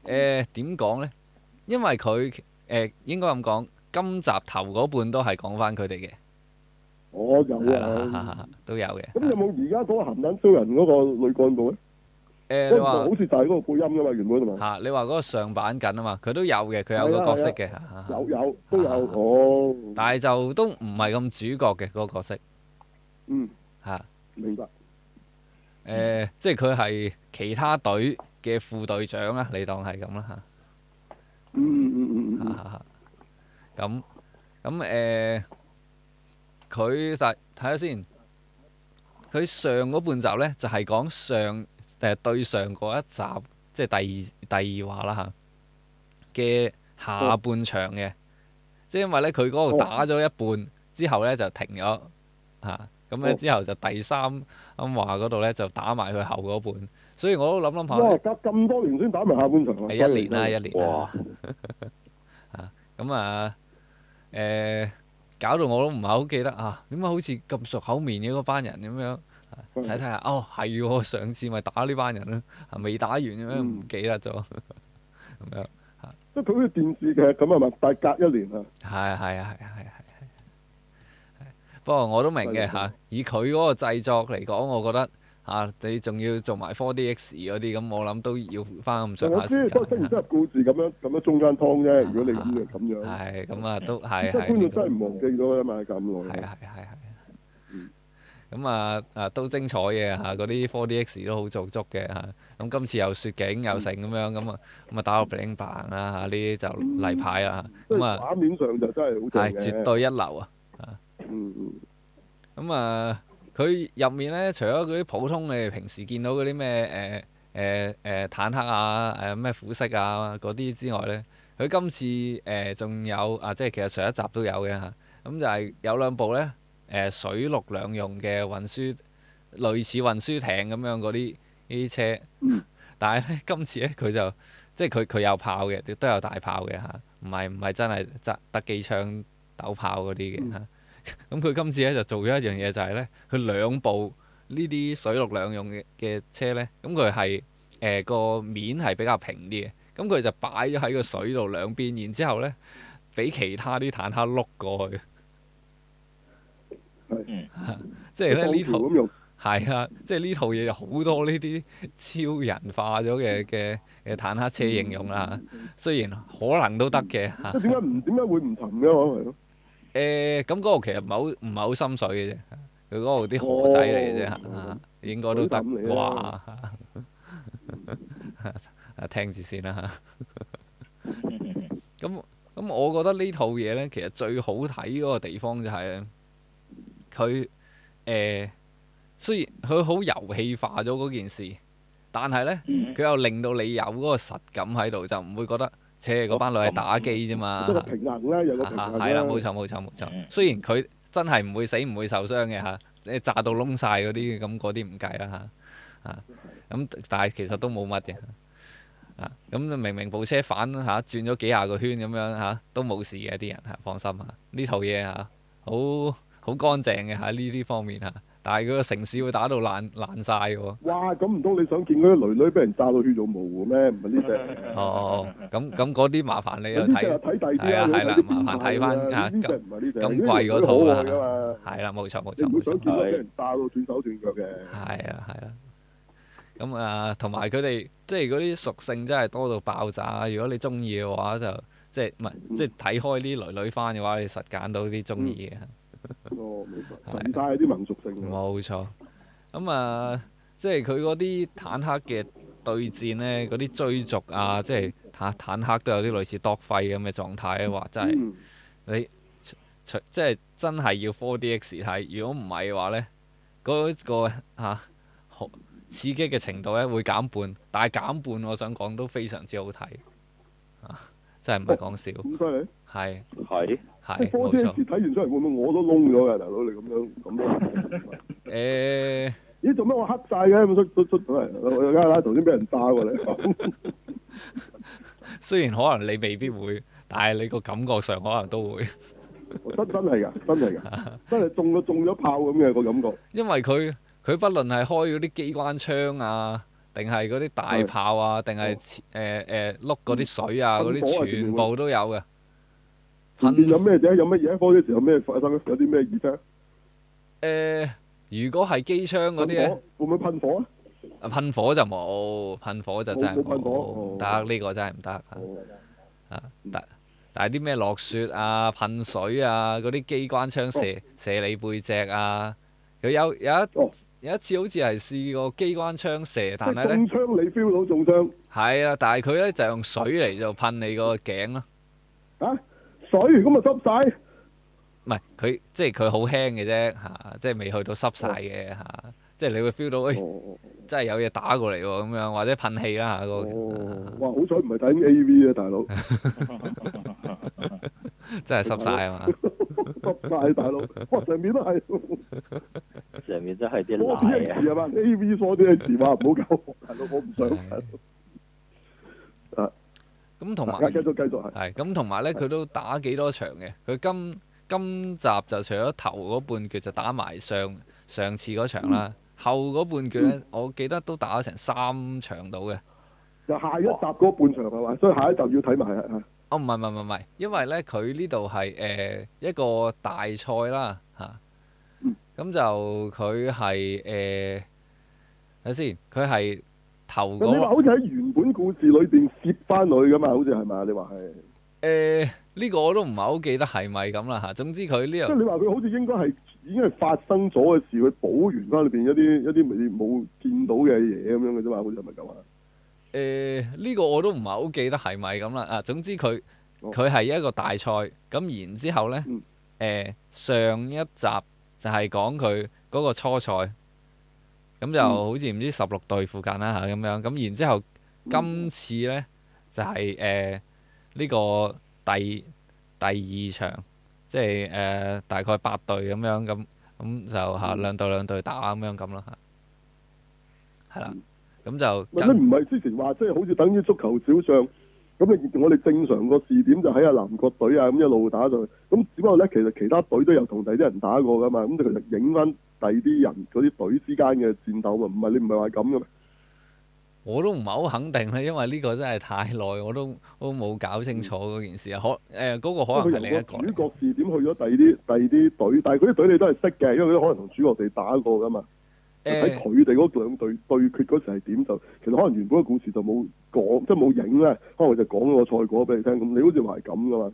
S2: 誒點講咧？因為佢誒、呃、應該咁講，今集頭嗰半都係講翻佢哋嘅，
S1: 我有
S2: 係啦哈
S1: 啊。
S2: 哈，都有嘅。
S1: 咁有冇而家嗰個鹹蛋超人嗰個女幹部咧？
S2: 誒
S1: 嗰
S2: 你
S1: 個
S2: 話
S1: 好似就係嗰個配音㗎嘛，原本係咪？
S2: 嚇，你話嗰個上版緊啊嘛，佢都有嘅，佢有
S1: 係啊
S2: 個角色
S1: 係
S2: 嘅，哈哈
S1: 有有都有
S2: 啊
S1: 哦。
S2: 但係就都唔係咁主角嘅嗰、個角色
S1: 嗯，
S2: 嚇。
S1: 明白。
S2: 誒、即係佢係其他隊嘅副隊長啦，你當係咁啦
S1: 嗯嗯嗯
S2: 嚇
S1: 嗯
S2: 嚇。咁咁誒，呃佢但睇下先，佢上嗰半集呢，就係、講上誒、對上嗰一集，即係第二第二話啦嚇嘅下半場嘅，即係因為呢，佢嗰度打咗一半之後呢，就停咗嚇，咁咧
S1: 哦
S2: 之後就第三啱話嗰度呢，就打埋佢後嗰半，所以我都諗諗
S1: 嗯。
S2: 下。
S1: 哇！隔咁多年先打埋下半場啊！啊
S2: 係一年啦，一年啦
S3: 哇。
S2: 啊，咁啊，誒、搞到我都唔係好記得啊，點解好似咁熟口面嘅嗰班人咁樣？啊
S1: 嗯
S2: 睇睇下，哦，係喎，上次咪打呢班人咯，啊 未打完咁樣，
S1: 嗯
S2: 唔記得咗，咁樣，
S1: 即係佢好似電視劇咁係咪？但係隔一年啊。
S2: 係啊係啊係啊係啊係啊係啊不過我都明嘅
S1: 係
S2: 嚇、以佢嗰個製作嚟講，我覺得嚇、啊你仲要做埋 4DX 嗰啲，咁我諗都要翻咁上
S1: 我
S2: 下
S1: 知，
S2: 時
S1: 不過真唔真
S2: 間
S1: 入。故事咁樣咁樣中間湯啫。如果你咁樣咁樣，
S2: 係咁啊，都係
S1: 即係
S2: 係
S1: 觀
S2: 呢
S1: 眾真
S2: 個
S1: 係唔忘記咗啦嘛，咁耐
S2: 係。啊係啊係啊
S1: 嗯
S2: 係。咁啊啊都精彩嘅嚇，嗰啲 4DX 都好做足嘅嚇。咁今次又雪景
S1: 嗯
S2: 又成咁樣，咁啊咁啊打到 bling bang 啦嚇，呢啲就例牌啦
S1: 即係
S2: 嚇。咁啊
S1: 畫面上就真嗯係好正
S2: 係
S1: 嘅。
S2: 絕對一流啊！
S1: 嗯嗯。
S2: 咁啊佢入面咧，除咗嗰啲普通你哋平時見到嗰啲咩誒誒誒坦克啊誒咩虎式啊嗰啲之外咧，佢今次誒仲、有啊，即係其實上一集都有嘅嚇。咁就係有兩部咧，誒、水陸兩用嘅運輸，類似運輸艇咁樣嗰啲呢啲車。
S1: 嗯
S2: 但係咧， 今次咧佢就即係佢佢有炮嘅，亦都有大炮嘅嚇，唔係唔係真係得得機槍鬥炮嗰啲嘅嚇。 咁佢今次咧就做咗一樣嘢，就係咧佢兩部呢啲水陸兩用嘅嘅車咧，咁佢係誒個面係比較平啲嘅，咁佢就擺咗喺個水度兩邊，然之後咧俾其他啲坦克碌過去
S1: 係。
S3: 嗯
S2: 即係咧
S1: 當
S2: 呢
S1: 條
S2: 套
S1: 咁用，
S2: 係啊，即係呢套嘢有好多呢啲超人化咗
S1: 嗯
S2: 嘅嘅嘅坦克車應用啦。雖然可能都得嘅嚇
S1: 即。係點解唔點解會唔沉嘅可能係咯？
S2: 誒咁嗰個其實唔係好唔係好深水嘅啫，佢嗰度啲河仔嚟嘅啫
S1: 哦
S2: 嚇，啊應該都得
S1: 水浸
S2: 啩
S1: 嚟啦
S2: 嚇。 啊，聽住先啦嚇。咁咁，我覺得呢套嘢咧，其實最好睇嗰個地方就係咧，佢誒雖然佢好遊戲化咗嗰件事，但係咧
S3: 嗯
S2: 佢又令到你有嗰個實感喺度，就唔會覺得，切嗰班女係打機啫嘛啊
S1: 即。係個平衡啦，有個平衡
S2: 係啦，冇。錯冇錯冇
S3: 嗯
S2: 錯。雖然佢真係唔會死唔會受傷嘅嚇，你炸到窿晒嗰啲咁嗰啲唔計啦嚇啊咁，但係其實都冇乜嘅啊。咁明明部車反嚇、轉咗幾廿個圈咁樣嚇、都冇事嘅啲人嚇、放心嚇。呢套嘢嚇好好乾淨嘅嚇呢啲方面嚇、但係佢個城市會打到爛爛晒嘅喎。
S1: 哇！咁唔通你想見嗰啲女女俾人炸到血肉模糊咩？唔係呢隻。
S2: 哦，咁咁嗰啲麻煩你 又
S1: 呢隻
S2: 睇
S1: 係睇第二啲
S2: 係啊
S1: 啊，你
S2: 係
S1: 睇
S2: 啦
S1: 啲
S2: 麻煩睇返
S1: 變態
S2: 啊
S1: 呢隻唔係呢隻，
S2: 咁
S1: 呢隻
S2: 貴嗰
S1: 佢
S2: 套
S1: 可
S2: 啊
S1: 愛㗎嘛。
S2: 係啦，冇錯冇
S1: 你
S2: 錯
S1: 唔
S2: 冇
S1: 會
S2: 錯
S1: 想。見到俾人炸到斷手斷腳嘅。
S2: 係啊，係啊。咁啊，同埋佢哋即係嗰啲屬性真係多到爆炸。如果你中意嘅話就，即係唔係即係睇開啲女女翻嘅話，你實揀到啲中意嘅。
S1: 哦，明白。
S2: 係
S1: 神曬啲民族性啊。
S2: 冇錯。咁啊，即係佢嗰啲坦克嘅對戰呢，嗰啲追逐啊，即係坦坦克都有啲類似 dog fight 咁嘅狀態咧，話真係。
S1: 嗯
S2: 你除除即係真係要 4DX 睇，如果唔係嘅話呢，嗰、個嚇、啊好刺激嘅程度咧會減半，但係減半我想講都非常之好睇，啊真係唔係講笑，
S1: 咁犀利。
S2: 係
S3: 係
S1: 即係
S2: 係
S1: 科
S2: 冇
S1: 車
S2: 錯，
S1: 睇完出嚟會唔會我都窿咗㗎？大佬你咁樣咁 樣。
S2: 誒、
S1: 咦？做咩我黑晒嘅咁出出出出嚟？我而家啦，頭先俾人炸過你。
S2: 雖然可能你未必會，但係你個感覺上可能都會，
S1: 我 真真係㗎，真係 㗎，真係中咗中咗炮咁嘅個感覺。
S2: 因為佢佢不論係開嗰啲機關槍啊。定係嗰啲大
S1: 係
S2: 炮啊，定係誒誒碌嗰啲水啊，嗰
S1: 噴火
S2: 啲
S1: 啊全
S2: 全
S1: 部
S2: 部都有嘅。
S1: 前面有咩啫？有乜嘢？科車時有咩發生？有啲咩意啊啫？
S2: 誒、如果係機槍嗰啲
S1: 噴
S2: 咧
S1: 火，會唔會噴火啊？
S2: 啊噴火就冇，噴火就真係
S1: 冇冇噴火
S2: 冇，唔得
S1: 哦
S2: 呢個真係唔得
S1: 哦
S2: 啊！但但係啲咩落雪啊、噴水啊、嗰啲機關槍射射你背脊啊，佢有有一
S1: 哦
S2: 有一次好似係試過機關槍射，
S1: 即
S2: 但
S1: 係
S2: 係咧
S1: 中槍你 feel 到中槍
S2: 係啊，但係佢咧就用水嚟就噴你個頸咯，
S1: 啊！水咁咪濕晒，
S2: 唔係佢即係佢好輕嘅啫嚇，即係未去到濕晒嘅嚇，即係你會 feel 到，誒、
S1: 哦
S2: 真係有嘢打過嚟喎咁樣，或者噴氣啦嚇嗰個。啊
S1: 哇！好彩唔係睇 A V 啊，大 佬
S2: 真係濕晒啊嘛！
S1: 濕晒大佬，哇！上面都 係
S2: 啊
S3: 上面都係啲
S1: 多
S3: 奶
S1: 啲
S3: 啊
S1: 字！啊嘛，A V 多啲字話啊唔好搞我，大佬我唔想。 啊
S2: 咁同埋
S1: 啊繼續繼續係
S2: 係咁同埋咧，佢都打幾多場嘅。佢今今集就除咗頭嗰半決就打埋上上次嗰場
S1: 嗯
S2: 啦，後嗰半決咧，我記得都打咗成三場到嘅。
S1: 就下一集嗰半場係嘛，所以下一集要睇埋係係
S2: 哦，唔係唔係唔係唔係，因為咧佢呢度係誒一個大賽啦嚇，咁、
S1: 嗯
S2: 就佢係誒睇下先，佢係頭
S1: 咁
S2: 嗰
S1: 你話好似喺原本故事裏邊攝翻佢噶嘛，好似係嘛？你話
S2: 嗯
S1: 係，
S2: 誒呃呢個我都唔係好記得係咪咁啦嚇。總之佢呢
S1: 即係
S2: 度
S1: 你話佢好似應該係已經係發生咗嘅事，佢補完翻裏邊一啲一啲你冇見到嘅嘢咁樣嘅啫嘛，好似係咪咁啊？
S2: 誒呃呢個我都唔係好記得係咪咁啦啊。總之佢
S1: 哦
S2: 佢係一個大賽咁，然之後呢，誒、
S1: 嗯
S2: 呃上一集就係講佢嗰個初賽，咁就
S1: 嗯
S2: 好似唔知十六隊附近啦嚇咁樣。咁然之後
S1: 嗯
S2: 今次呢，就係誒呢個第第二場，即係誒、呃大概八隊咁樣咁咁就嚇
S1: 嗯
S2: 兩隊兩隊打咁樣咁啦嚇，係啦，咁就
S1: 嗯咪你唔係之前話即係好似等於足球小將咁你我哋正常個視點就喺阿南國隊啊，咁一路打上去。咁只不過咧，其實其他隊都有同第啲人打過噶嘛。咁其實影翻第啲人嗰啲隊之間嘅戰鬥嘛。唔係你唔係話咁嘅咩？
S2: 我都唔係好肯定啦，因為呢個真係太耐，我都我都冇搞清楚
S1: 嗯
S2: 嗰件事啊。可誒嗰、個可能係另一個
S1: 因為佢由個主
S2: 嚟
S1: 角視點去咗第啲第啲隊，但係嗰啲隊你都係識嘅，因為佢可能同主角哋打過噶嘛。睇
S2: 誒
S1: 佢哋嗰兩隊對決嗰時係點就，其實可能原本嘅故事就冇講，即係冇影咧，可能我就講咗個賽果俾你聽。咁你好似話係咁噶嘛？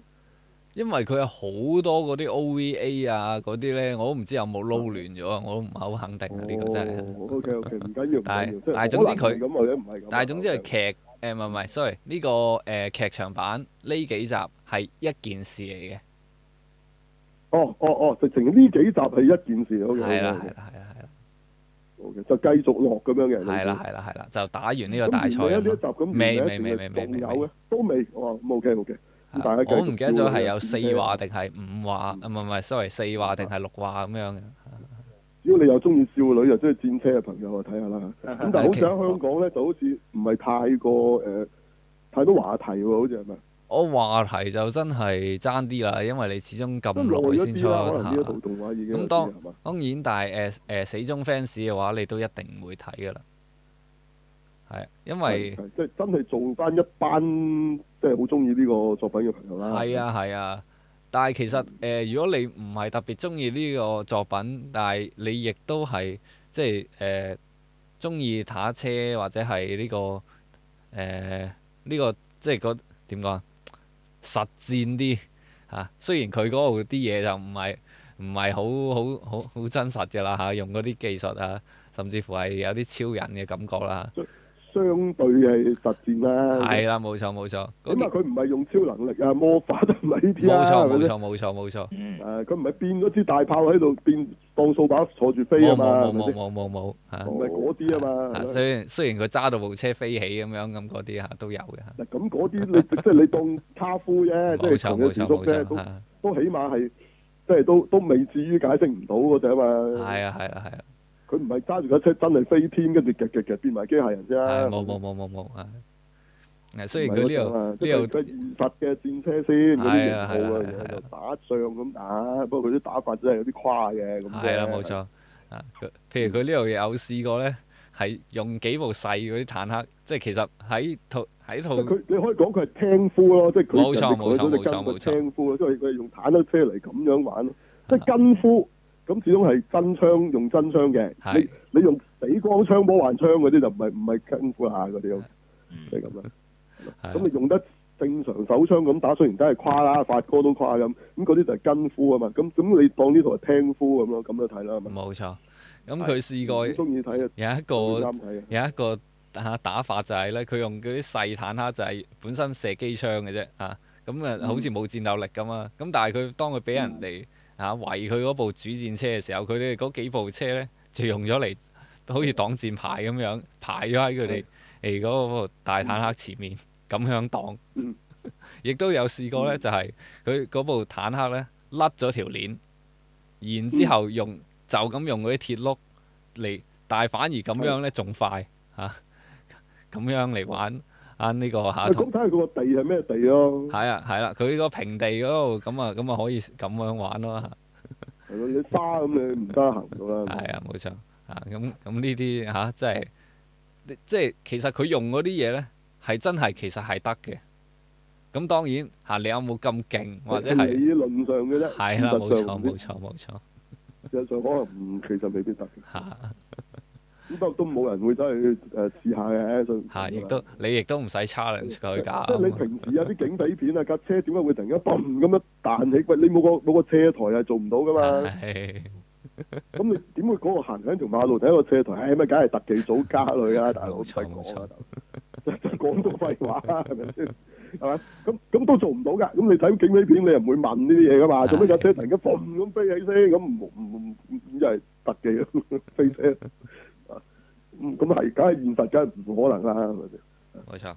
S2: 因為佢有好多嗰啲 OVA 啊嗰啲咧，我都唔知有冇
S1: 嗯
S2: 撈亂咗啊，我都唔係好肯定啊。呢、個真係。
S1: O K O K，唔緊哦要，唔緊
S2: 但
S1: 要，
S2: 係
S1: 即
S2: 但係
S1: 係
S2: 總
S1: 可能
S2: 之
S1: 係
S2: 佢
S1: 咁或者唔係咁啊。
S2: 但係總之係
S1: OK
S2: 劇誒唔係唔
S1: 嗯
S2: 係，sorry 呢、個誒、劇場版呢幾集係一件事嚟嘅，
S1: 哦哦哦，直情呢幾集係一件事，O K，
S2: 係啦係啦係啦係啦
S1: o K，就繼續落咁樣嘅，
S2: 係啦係啦係啦，就打完呢個大賽
S1: 咁而
S2: 啊咁
S1: 呢一
S2: 咯
S1: 集咁，
S2: 未
S1: 原來一
S2: 未
S1: 定係
S2: 未未未啊
S1: 仲有嘅，都未，哦，O K O K，咁大家繼續
S2: 我唔記得咗係有四
S1: 叫啊
S2: 話定係五話，啊唔係唔係，sorry 四話定係六話咁樣嘅。
S1: 只要你又中意少女又中意戰車嘅朋友啊，睇下 啦。咁但係好似喺香港咧，就好似唔係太過誒、呃太多話題喎，好似係咪？
S2: 我話題就真係爭啲啦，因為你始終咁
S1: 都耐
S2: 耐
S1: 咗
S2: 先出啊
S1: 啲啦，可能呢一
S2: 嚇
S1: 套。動畫已經有
S2: 咁
S1: 啲
S2: 當
S1: 係嘛？
S2: 當然，但係誒誒死忠 fans 嘅話，你都一定會睇噶啦。係啊，因為
S1: 係即係真係做翻一班即係好中意呢個作品嘅朋友啦。
S2: 係啊係啊，但係其實誒、
S1: 嗯
S2: 呃如果你唔係特別中意呢個作品，但係你亦都係即係誒中意打車或者係呢、個誒呢、個即係個點講啊實戰啲嚇、啊。雖然佢嗰度啲嘢就唔係唔係好好好好真實嘅啦嚇，用嗰啲技術啊，甚至乎係有啲超人嘅感覺啦。
S1: 相對係實戰啦。
S2: 係啦，冇錯冇錯，
S1: 嗯咁啊，
S2: 嗰
S1: 啊
S2: 啲
S1: 佢唔係用超能力啊、魔法都唔係呢啲
S2: 冇
S1: 啦，
S2: 錯
S1: 係咪
S2: 冇
S1: 先
S2: 錯冇錯冇錯。
S3: 嗯，
S1: 誒，佢唔係變咗支大炮喺度變當掃把坐住飛啊嘛，係咪
S2: 冇冇
S1: 先？
S2: 冇冇冇冇嚇。
S1: 唔係嗰啲啊嘛係咪。
S2: 雖然雖然佢揸到部車飛起咁樣咁嗰啲嚇都有嘅嚇，
S1: 嗱咁嗰 啲你即係你當卡夫啫，即
S2: 冇
S1: 係
S2: 錯
S1: 同
S2: 冇
S1: 嘅時
S2: 錯
S1: 速
S2: 冇
S1: 啫，
S2: 錯啊
S1: 都
S2: 嚇，
S1: 都起碼係即係都都未至於解釋唔到嗰只啊嘛。
S2: 係啊係啊係啊
S1: 佢唔係揸住架車真係飛天，跟住夾夾夾變埋機械人啫。
S2: 係冇冇冇冇冇啊！誒雖然佢呢
S1: 呢度呢
S2: 度
S1: 度現實嘅戰車先嗰啲
S2: 係啊
S1: 型號啊，
S2: 係啊係啊
S1: 然後就打仗咁打，不過佢啲打法真係有啲誇嘅咁
S2: 度
S1: 啫。
S2: 係啦冇錯啊，佢譬如佢呢度有試過咧，係用幾部細嗰啲坦克，即係其實喺套喺
S1: 即
S2: 套
S1: 係佢你可以講佢係聽夫咯，即係佢
S2: 冇錯
S1: 人哋改咗隻跟
S2: 冇錯冇錯
S1: 佢聽夫咯，即係佢係用坦克車嚟咁樣玩咯，即係跟夫。咁始終係真槍用真槍嘅，
S2: 係
S1: 你你用死光槍魔幻槍嗰啲就唔係唔係跟夫下嗰啲咯，
S2: 嗯
S1: 即係咁啦。咁
S2: 係啊
S1: 你用得正常手槍咁打，雖然梗係跨啦，發哥都跨咁，咁嗰啲就係跟夫啊嘛。咁咁你當呢套係聽夫咁咯，咁就睇啦，係咪？
S2: 冇錯，咁佢試過
S1: 好中意睇啊，
S2: 有一
S1: 好
S2: 嗯個。
S1: 啱睇啊。
S2: 有一個打打法就係咧，佢用嗰啲細坦克就係本身射機槍嘅啫啊，咁
S1: 嗯
S2: 啊好似冇戰鬥力咁啊，咁但係佢當佢俾人哋啊圍佢嗰部主戰車嘅時候，佢哋嗰幾部車咧就用咗嚟好似擋箭牌咁樣排咗喺佢哋誒嗰個大坦克前面咁樣擋
S1: 嗯，
S2: 亦都有試過咧，
S1: 嗯
S2: 就係佢嗰部坦克咧甩咗條鏈，然之後用就咁用嗰啲鐵碌嚟，但係反而咁樣咧仲快。嚇咁樣嚟玩啊呢個嚇
S1: 喂咁
S2: 同
S1: 睇下佢個地係咩地咯，
S2: 係啊係啦，佢個平地嗰度咁啊咁啊可以咁樣玩咯嚇，
S1: 係咯，你沙咁你唔得行唔到啦。
S2: 係啊冇錯啊咁咁呢啲嚇真係你即係其實佢用嗰啲嘢咧係真係其實係得嘅，咁當然嚇、你有冇咁勁或者係
S1: 理論上嘅啫，
S2: 係啦
S1: 事
S2: 冇
S1: 實上
S2: 錯
S1: 唔
S2: 冇
S1: 知
S2: 錯冇錯
S1: 事實上可能唔，其實未必得嘅。
S2: 嚇
S1: 咁不過都冇人會走去誒試下嘅，信
S2: 嚇亦都你亦都唔使 challenge 佢
S1: 即係你
S2: 㗎，
S1: 平時有啲警匪片啊，架車點解會突然間嘣咁樣彈起？喂，你冇個冇個車台係做唔到噶嘛？
S2: 係
S1: 咁你點會嗰個行緊條馬路睇個車台？唉，咪梗係特技組加佢啊，大佬唔使
S2: 冇
S1: 講
S2: 錯
S1: 啊，大佬講到廢話啦，係咪先？係咪？咁咁都做唔到㗎。咁你睇警匪片，你又唔會問呢啲嘢㗎嘛？做咩架車突然間嘣咁飛起先？咁唔唔唔，又係特技咯， 飛車。啊咁咁係，梗係現實，梗係唔可能啦，係咪先？
S2: 冇錯，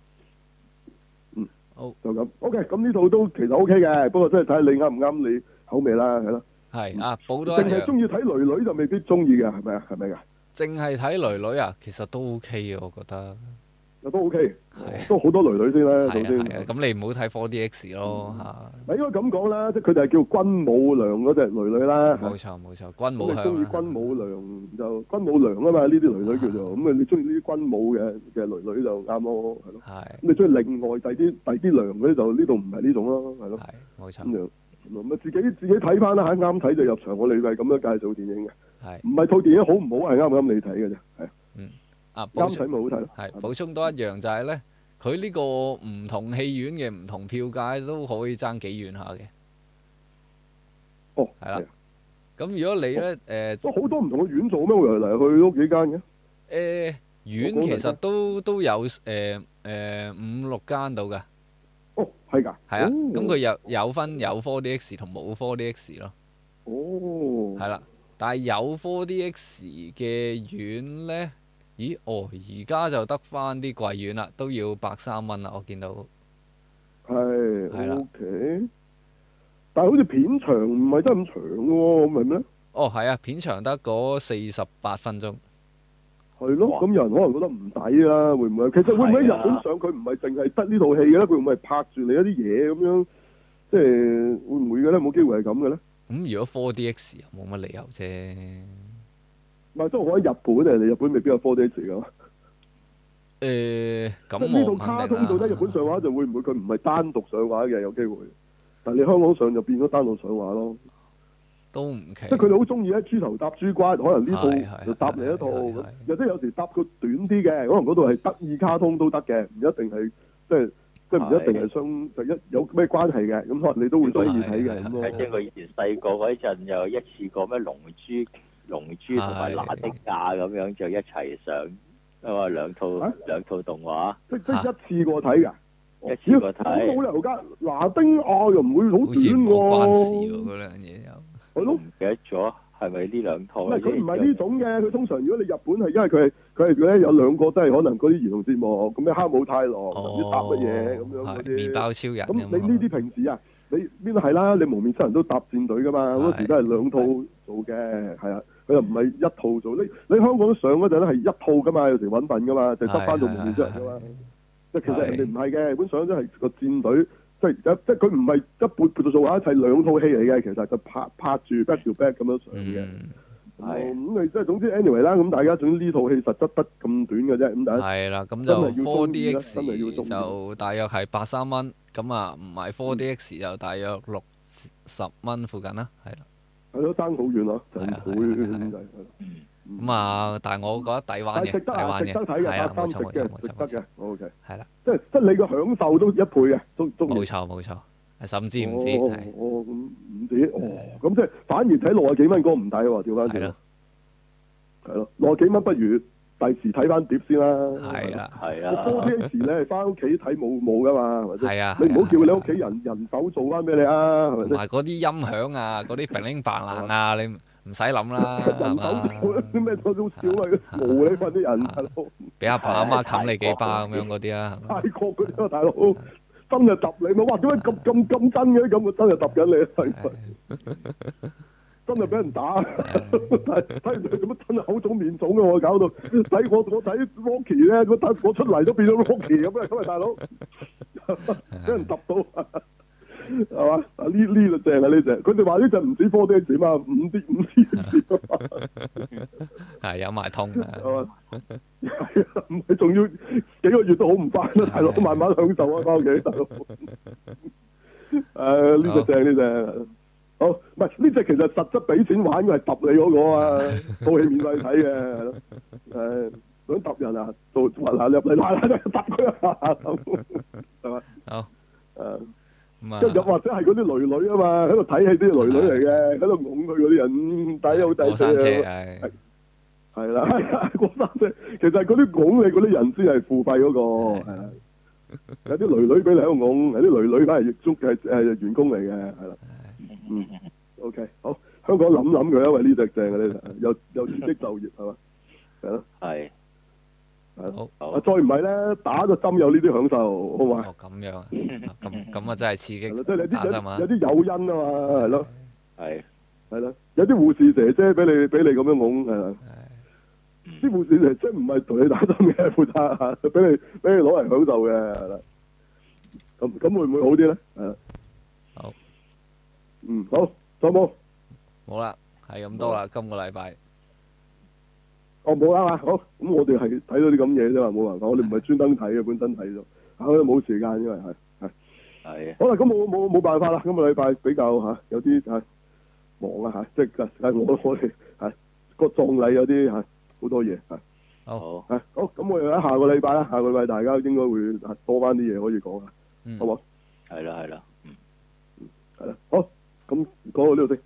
S1: 嗯
S2: 好
S1: 就咁。OK，咁呢套都其實 OK 嘅，不過真係睇你啱唔啱你口味啦，係咯。
S2: 係啊補多一
S1: 淨
S2: 樣
S1: 係。中意睇女女就未必中意嘅，係咪啊？係咪㗎？
S2: 淨係睇女女啊，其實都 OK 嘅，我覺得
S1: 又都 OK，
S2: 係
S1: 都好多女女先啦，
S2: 係
S1: 首
S2: 啊係
S1: 先。，
S2: 啊咁你唔好睇 4DX 咯嚇，
S1: 嗱，應該咁講啦，即係佢哋係叫軍武良嗰只女女啦。
S2: 冇錯冇錯，軍
S1: 咁
S2: 武啊
S1: 你中意軍
S2: 向
S1: 武良就軍武良啊嘛，呢啲女女叫做咁啊，你中意呢啲軍武嘅嘅女女就啱咯，係咯。
S2: 啊，
S1: 咁你中意另外第啲第啲良嗰啲就呢度唔係呢種咯，係
S2: 係
S1: 咯
S2: 係
S1: 咁
S2: 冇錯，
S1: 樣。咁啊，自己自己睇翻啦，啱睇就入場。我哋係咁樣介紹電影嘅，
S2: 係
S1: 唔係套電影好唔好係啱唔啱你睇嘅啫，係
S2: 啊補
S1: 啱
S2: 充
S1: 睇咪好睇咯。
S2: 係補充多一樣就係咧，佢呢個唔同戲院嘅唔同票價都可以爭幾遠下嘅。
S1: 哦，
S2: 係啦
S1: 係啊。
S2: 咁如果你咧誒
S1: 哇好多唔同嘅院做咩？嚟嚟去都幾間嘅。
S2: 誒院呃其實都都有誒誒五六間到㗎，
S1: 哦，係㗎。係
S2: 係啊，咁佢有有分有 4DX 同冇 4DX 咯。
S1: 哦，
S2: 係啦，但係有 4DX 嘅院呢，咦？哦，而家就得翻啲貴院啦，都要百三蚊啦。我見到
S1: 係
S2: 係啦
S1: O K，但係好似片長唔係真係咁長嘅喎，明唔明咧？
S2: 哦，係啊，片長得嗰四十八分鐘，
S1: 係咯，
S3: 哇
S1: 咁有人可能覺得唔抵啦，會唔會？其實會唔會喺日
S3: 係啊
S1: 本上佢唔係淨係得呢套戲嘅咧？佢會唔會係拍住你一啲嘢咁樣？即係會唔會嘅咧？有冇機會係咁嘅咧？
S2: 咁如果 4DX 又冇乜理由啫。
S1: 唔係，即係我覺得日本誒，你日本未必有 4D 嚟㗎嘛。
S2: 誒、呃咁
S1: 即係呢
S2: 我
S1: 套
S2: 唔
S1: 卡
S2: 肯
S1: 通
S2: 定啦啊
S1: 到底日本上畫就會唔會佢唔係單獨上畫嘅有機會？但係你香港上就變咗單獨上畫咯。
S2: 都唔奇
S1: 即。係佢哋好中意咧，豬頭搭豬骨，可能
S2: 係
S1: 呢
S2: 係
S1: 套就搭另一套
S2: 係係
S1: 咁，又即係有時搭個短啲嘅，可能嗰度係得意卡通都得嘅，唔一定係即係即係唔一定係相就一有咩關係嘅，咁可能你都會中意睇嘅咁
S2: 係
S3: 即係
S1: 咯。
S3: 我以前細個嗰陣又一次過咩龍珠、龍珠同埋那的亞咁樣就一齊上，因為兩套
S1: 啊
S3: 兩套動畫
S1: 即
S2: 嚇
S1: 即一次過睇㗎，哦
S3: 一次過
S1: 咁冇理
S3: 睇，
S1: 由㗎。嗱，丁亞又唔會好
S2: 好似
S1: 短
S2: 冇關事喎，
S1: 喎，
S2: 嗰兩樣嘢又
S1: 係
S3: 我
S1: 咯
S3: 唔。記得咗係咪呢兩套
S1: 唔
S3: 啊？
S1: 係佢唔係呢種嘅，佢通常如果你日本係因為佢係佢係咧有兩個都係可能嗰啲兒童節目，咁咩哈姆太郎，唔知搭乜嘢咁樣嗰
S2: 哦係
S1: 啲。
S2: 麵包超人
S1: 咁你
S2: 咁
S1: 呢啲平時啊，你邊度係啦？你蒙面超人都搭戰隊噶嘛，
S2: 係
S1: 嗰時都係兩套做嘅，係啊，佢又唔係一套做。你你香港上嗰陣咧係一套噶嘛，有時揾笨噶嘛，就得翻做蒙面超人噶嘛。即係其實人
S2: 係
S1: 哋唔係嘅，本上都係個戰隊，即係而家即係佢唔係一撥撥到做啊下一齊兩套戲嚟嘅，其實就拍拍住 back to back 咁樣上嘅。
S2: 嗯，
S3: 係
S1: 咁你即係總之 anyway 啦，咁大家總之呢套戲實質得咁短嘅啫，咁大家
S2: 係啦，
S1: 真係
S2: 咁就
S1: 要中意啦啊真係要
S2: 4DX
S1: 中意
S2: 就大約係八三蚊，咁啊唔係
S1: 嗯
S2: 4DX 就大約六十蚊附近啦，係啦。
S1: 係咯，爭好遠咯，成
S2: 係啊
S1: 倍
S2: 係啊係啊
S1: 咁就係。嗯
S2: 咁啊，但係我覺得抵玩
S1: 但
S2: 嘅，
S1: 係值
S2: 抵
S1: 得啊，
S2: 玩
S1: 值得
S2: 嘅，
S1: 睇
S2: 係
S1: 嘅，
S2: 啦，
S1: 八
S2: 冇
S1: 三
S2: 錯
S1: 值嘅，
S2: 冇錯冇
S1: 值
S2: 錯
S1: 得啊
S2: 冇錯，
S1: 嘅，OK，
S2: 係啦，
S1: 即係即係你個享受都一倍嘅，都都
S2: 冇錯冇錯，係甚至唔止
S1: 哦
S2: 係
S1: 哦，咁唔止哦，咁即係反而睇六啊幾蚊嗰個唔抵喎，調翻
S2: 係
S1: 轉
S2: 咯，
S1: 係咯，六啊幾蚊不如第時睇翻碟先啦，
S2: 係。啦，
S3: 係
S1: 你
S3: 啊
S1: 多，啲時咧，翻屋企睇冇冇噶嘛，係咪先？
S2: 係啊，
S1: 你唔好叫你屋
S2: 係啊
S1: 企人人手做翻俾你啊，係咪
S2: 同
S1: 先？
S2: 埋嗰啲音響啊，嗰啲 bling 零白爛啊，你唔唔使諗啦，係
S1: 人手做啲咩
S2: 嘛？
S1: 都好少啊，冇你份啲
S2: 啊
S1: 人大佬，
S2: 俾阿爸阿媽冚你幾巴咁樣嗰啲啊，係嘛
S1: 泰國嗰啲啊大佬，真係揼你咪哇！點解咁咁咁真嘅？咁啊真係揼緊你啊，係咪真係俾人打，睇 睇唔到做乜真係口腫面腫嘅我搞到，睇我我睇 Rocky 咧，咁睇我出嚟都變咗 Rocky 咁啊，咁啊大佬，俾人揼到， 係嘛？啊呢呢就正啊呢只，佢哋話呢只唔止 4D 點啊，五 D 五 D 點啊，
S2: 係有埋痛
S1: 係哦
S2: 啊，
S1: 嘛？係啊，唔係 仲要幾個月都好唔翻啊，大佬，慢慢享受啊，翻屋企，大佬。誒呢只正呢只，好唔係呢只其實實質俾錢玩嘅係揼你嗰個啊，套戲免費睇嘅，係咯誒想揼人啊，做滑下入嚟嗱嗱聲揼佢啊，係嘛？
S2: 好
S1: 誒，
S2: 咁
S1: 跟住又
S2: 啊，
S1: 或者係嗰啲女女啊嘛，喺度睇戲啲女女嚟嘅，喺度拱佢嗰啲人，嗯抵好抵
S2: 過山車
S1: 死啊！
S2: 係
S1: 係啦， 係啊，過山車其實嗰啲拱你嗰啲人先係付費嗰、個，係啦。有啲女女俾你喺度拱，有啲女女反而亦足嘅誒員工嚟嘅，係啦。嗯，OK，好，香港諗諗佢，因為呢只正嘅呢隻，又又刺 激就業係嘛，係咯，
S3: 係
S1: 係咯。
S2: 好。
S1: 啊
S3: 好，
S1: 再唔係咧，打個針有呢啲享受，好嘛？
S2: 哦，咁樣啊，啊咁咁啊真係刺激
S1: 係咯，即係有啲
S2: 打
S1: 有
S2: 針啊
S1: 啲有，啲誘因啊嘛，係咯，
S3: 係
S1: 係咯，有啲護士姐姐俾你俾你咁樣拱，係啦。
S2: 係
S1: 啲護士姐姐唔係同你打針嘅，負責啊俾你俾你攞嚟享受嘅，係啦咁咁會唔會好啲咧？係啦
S2: 好，
S1: 嗯，好，仲有冇？
S2: 冇啦，係咁
S1: 啊
S2: 多啦，今個禮拜
S1: 哦，冇啦嘛，好，咁我哋係睇到啲咁嘢啫嘛，冇辦法，我哋唔係專登睇嘅，本身睇咗，嚇冇時間，因為係係。
S3: 係啊，
S1: 好啦，咁冇冇冇辦法啦，今個禮拜比較嚇、有啲嚇、忙啊嚇，即係係我我哋嚇個葬禮有啲嚇好多嘢嚇
S2: 好，
S3: 好，
S1: 嚇。好，咁我哋喺下個禮拜啦，下個禮拜大家應該會嚇多翻啲嘢可以講啊，
S2: 嗯
S1: 好，冇？
S3: 係啦係啦，嗯。
S1: Ờ, 係啦，好，咁講到呢度先。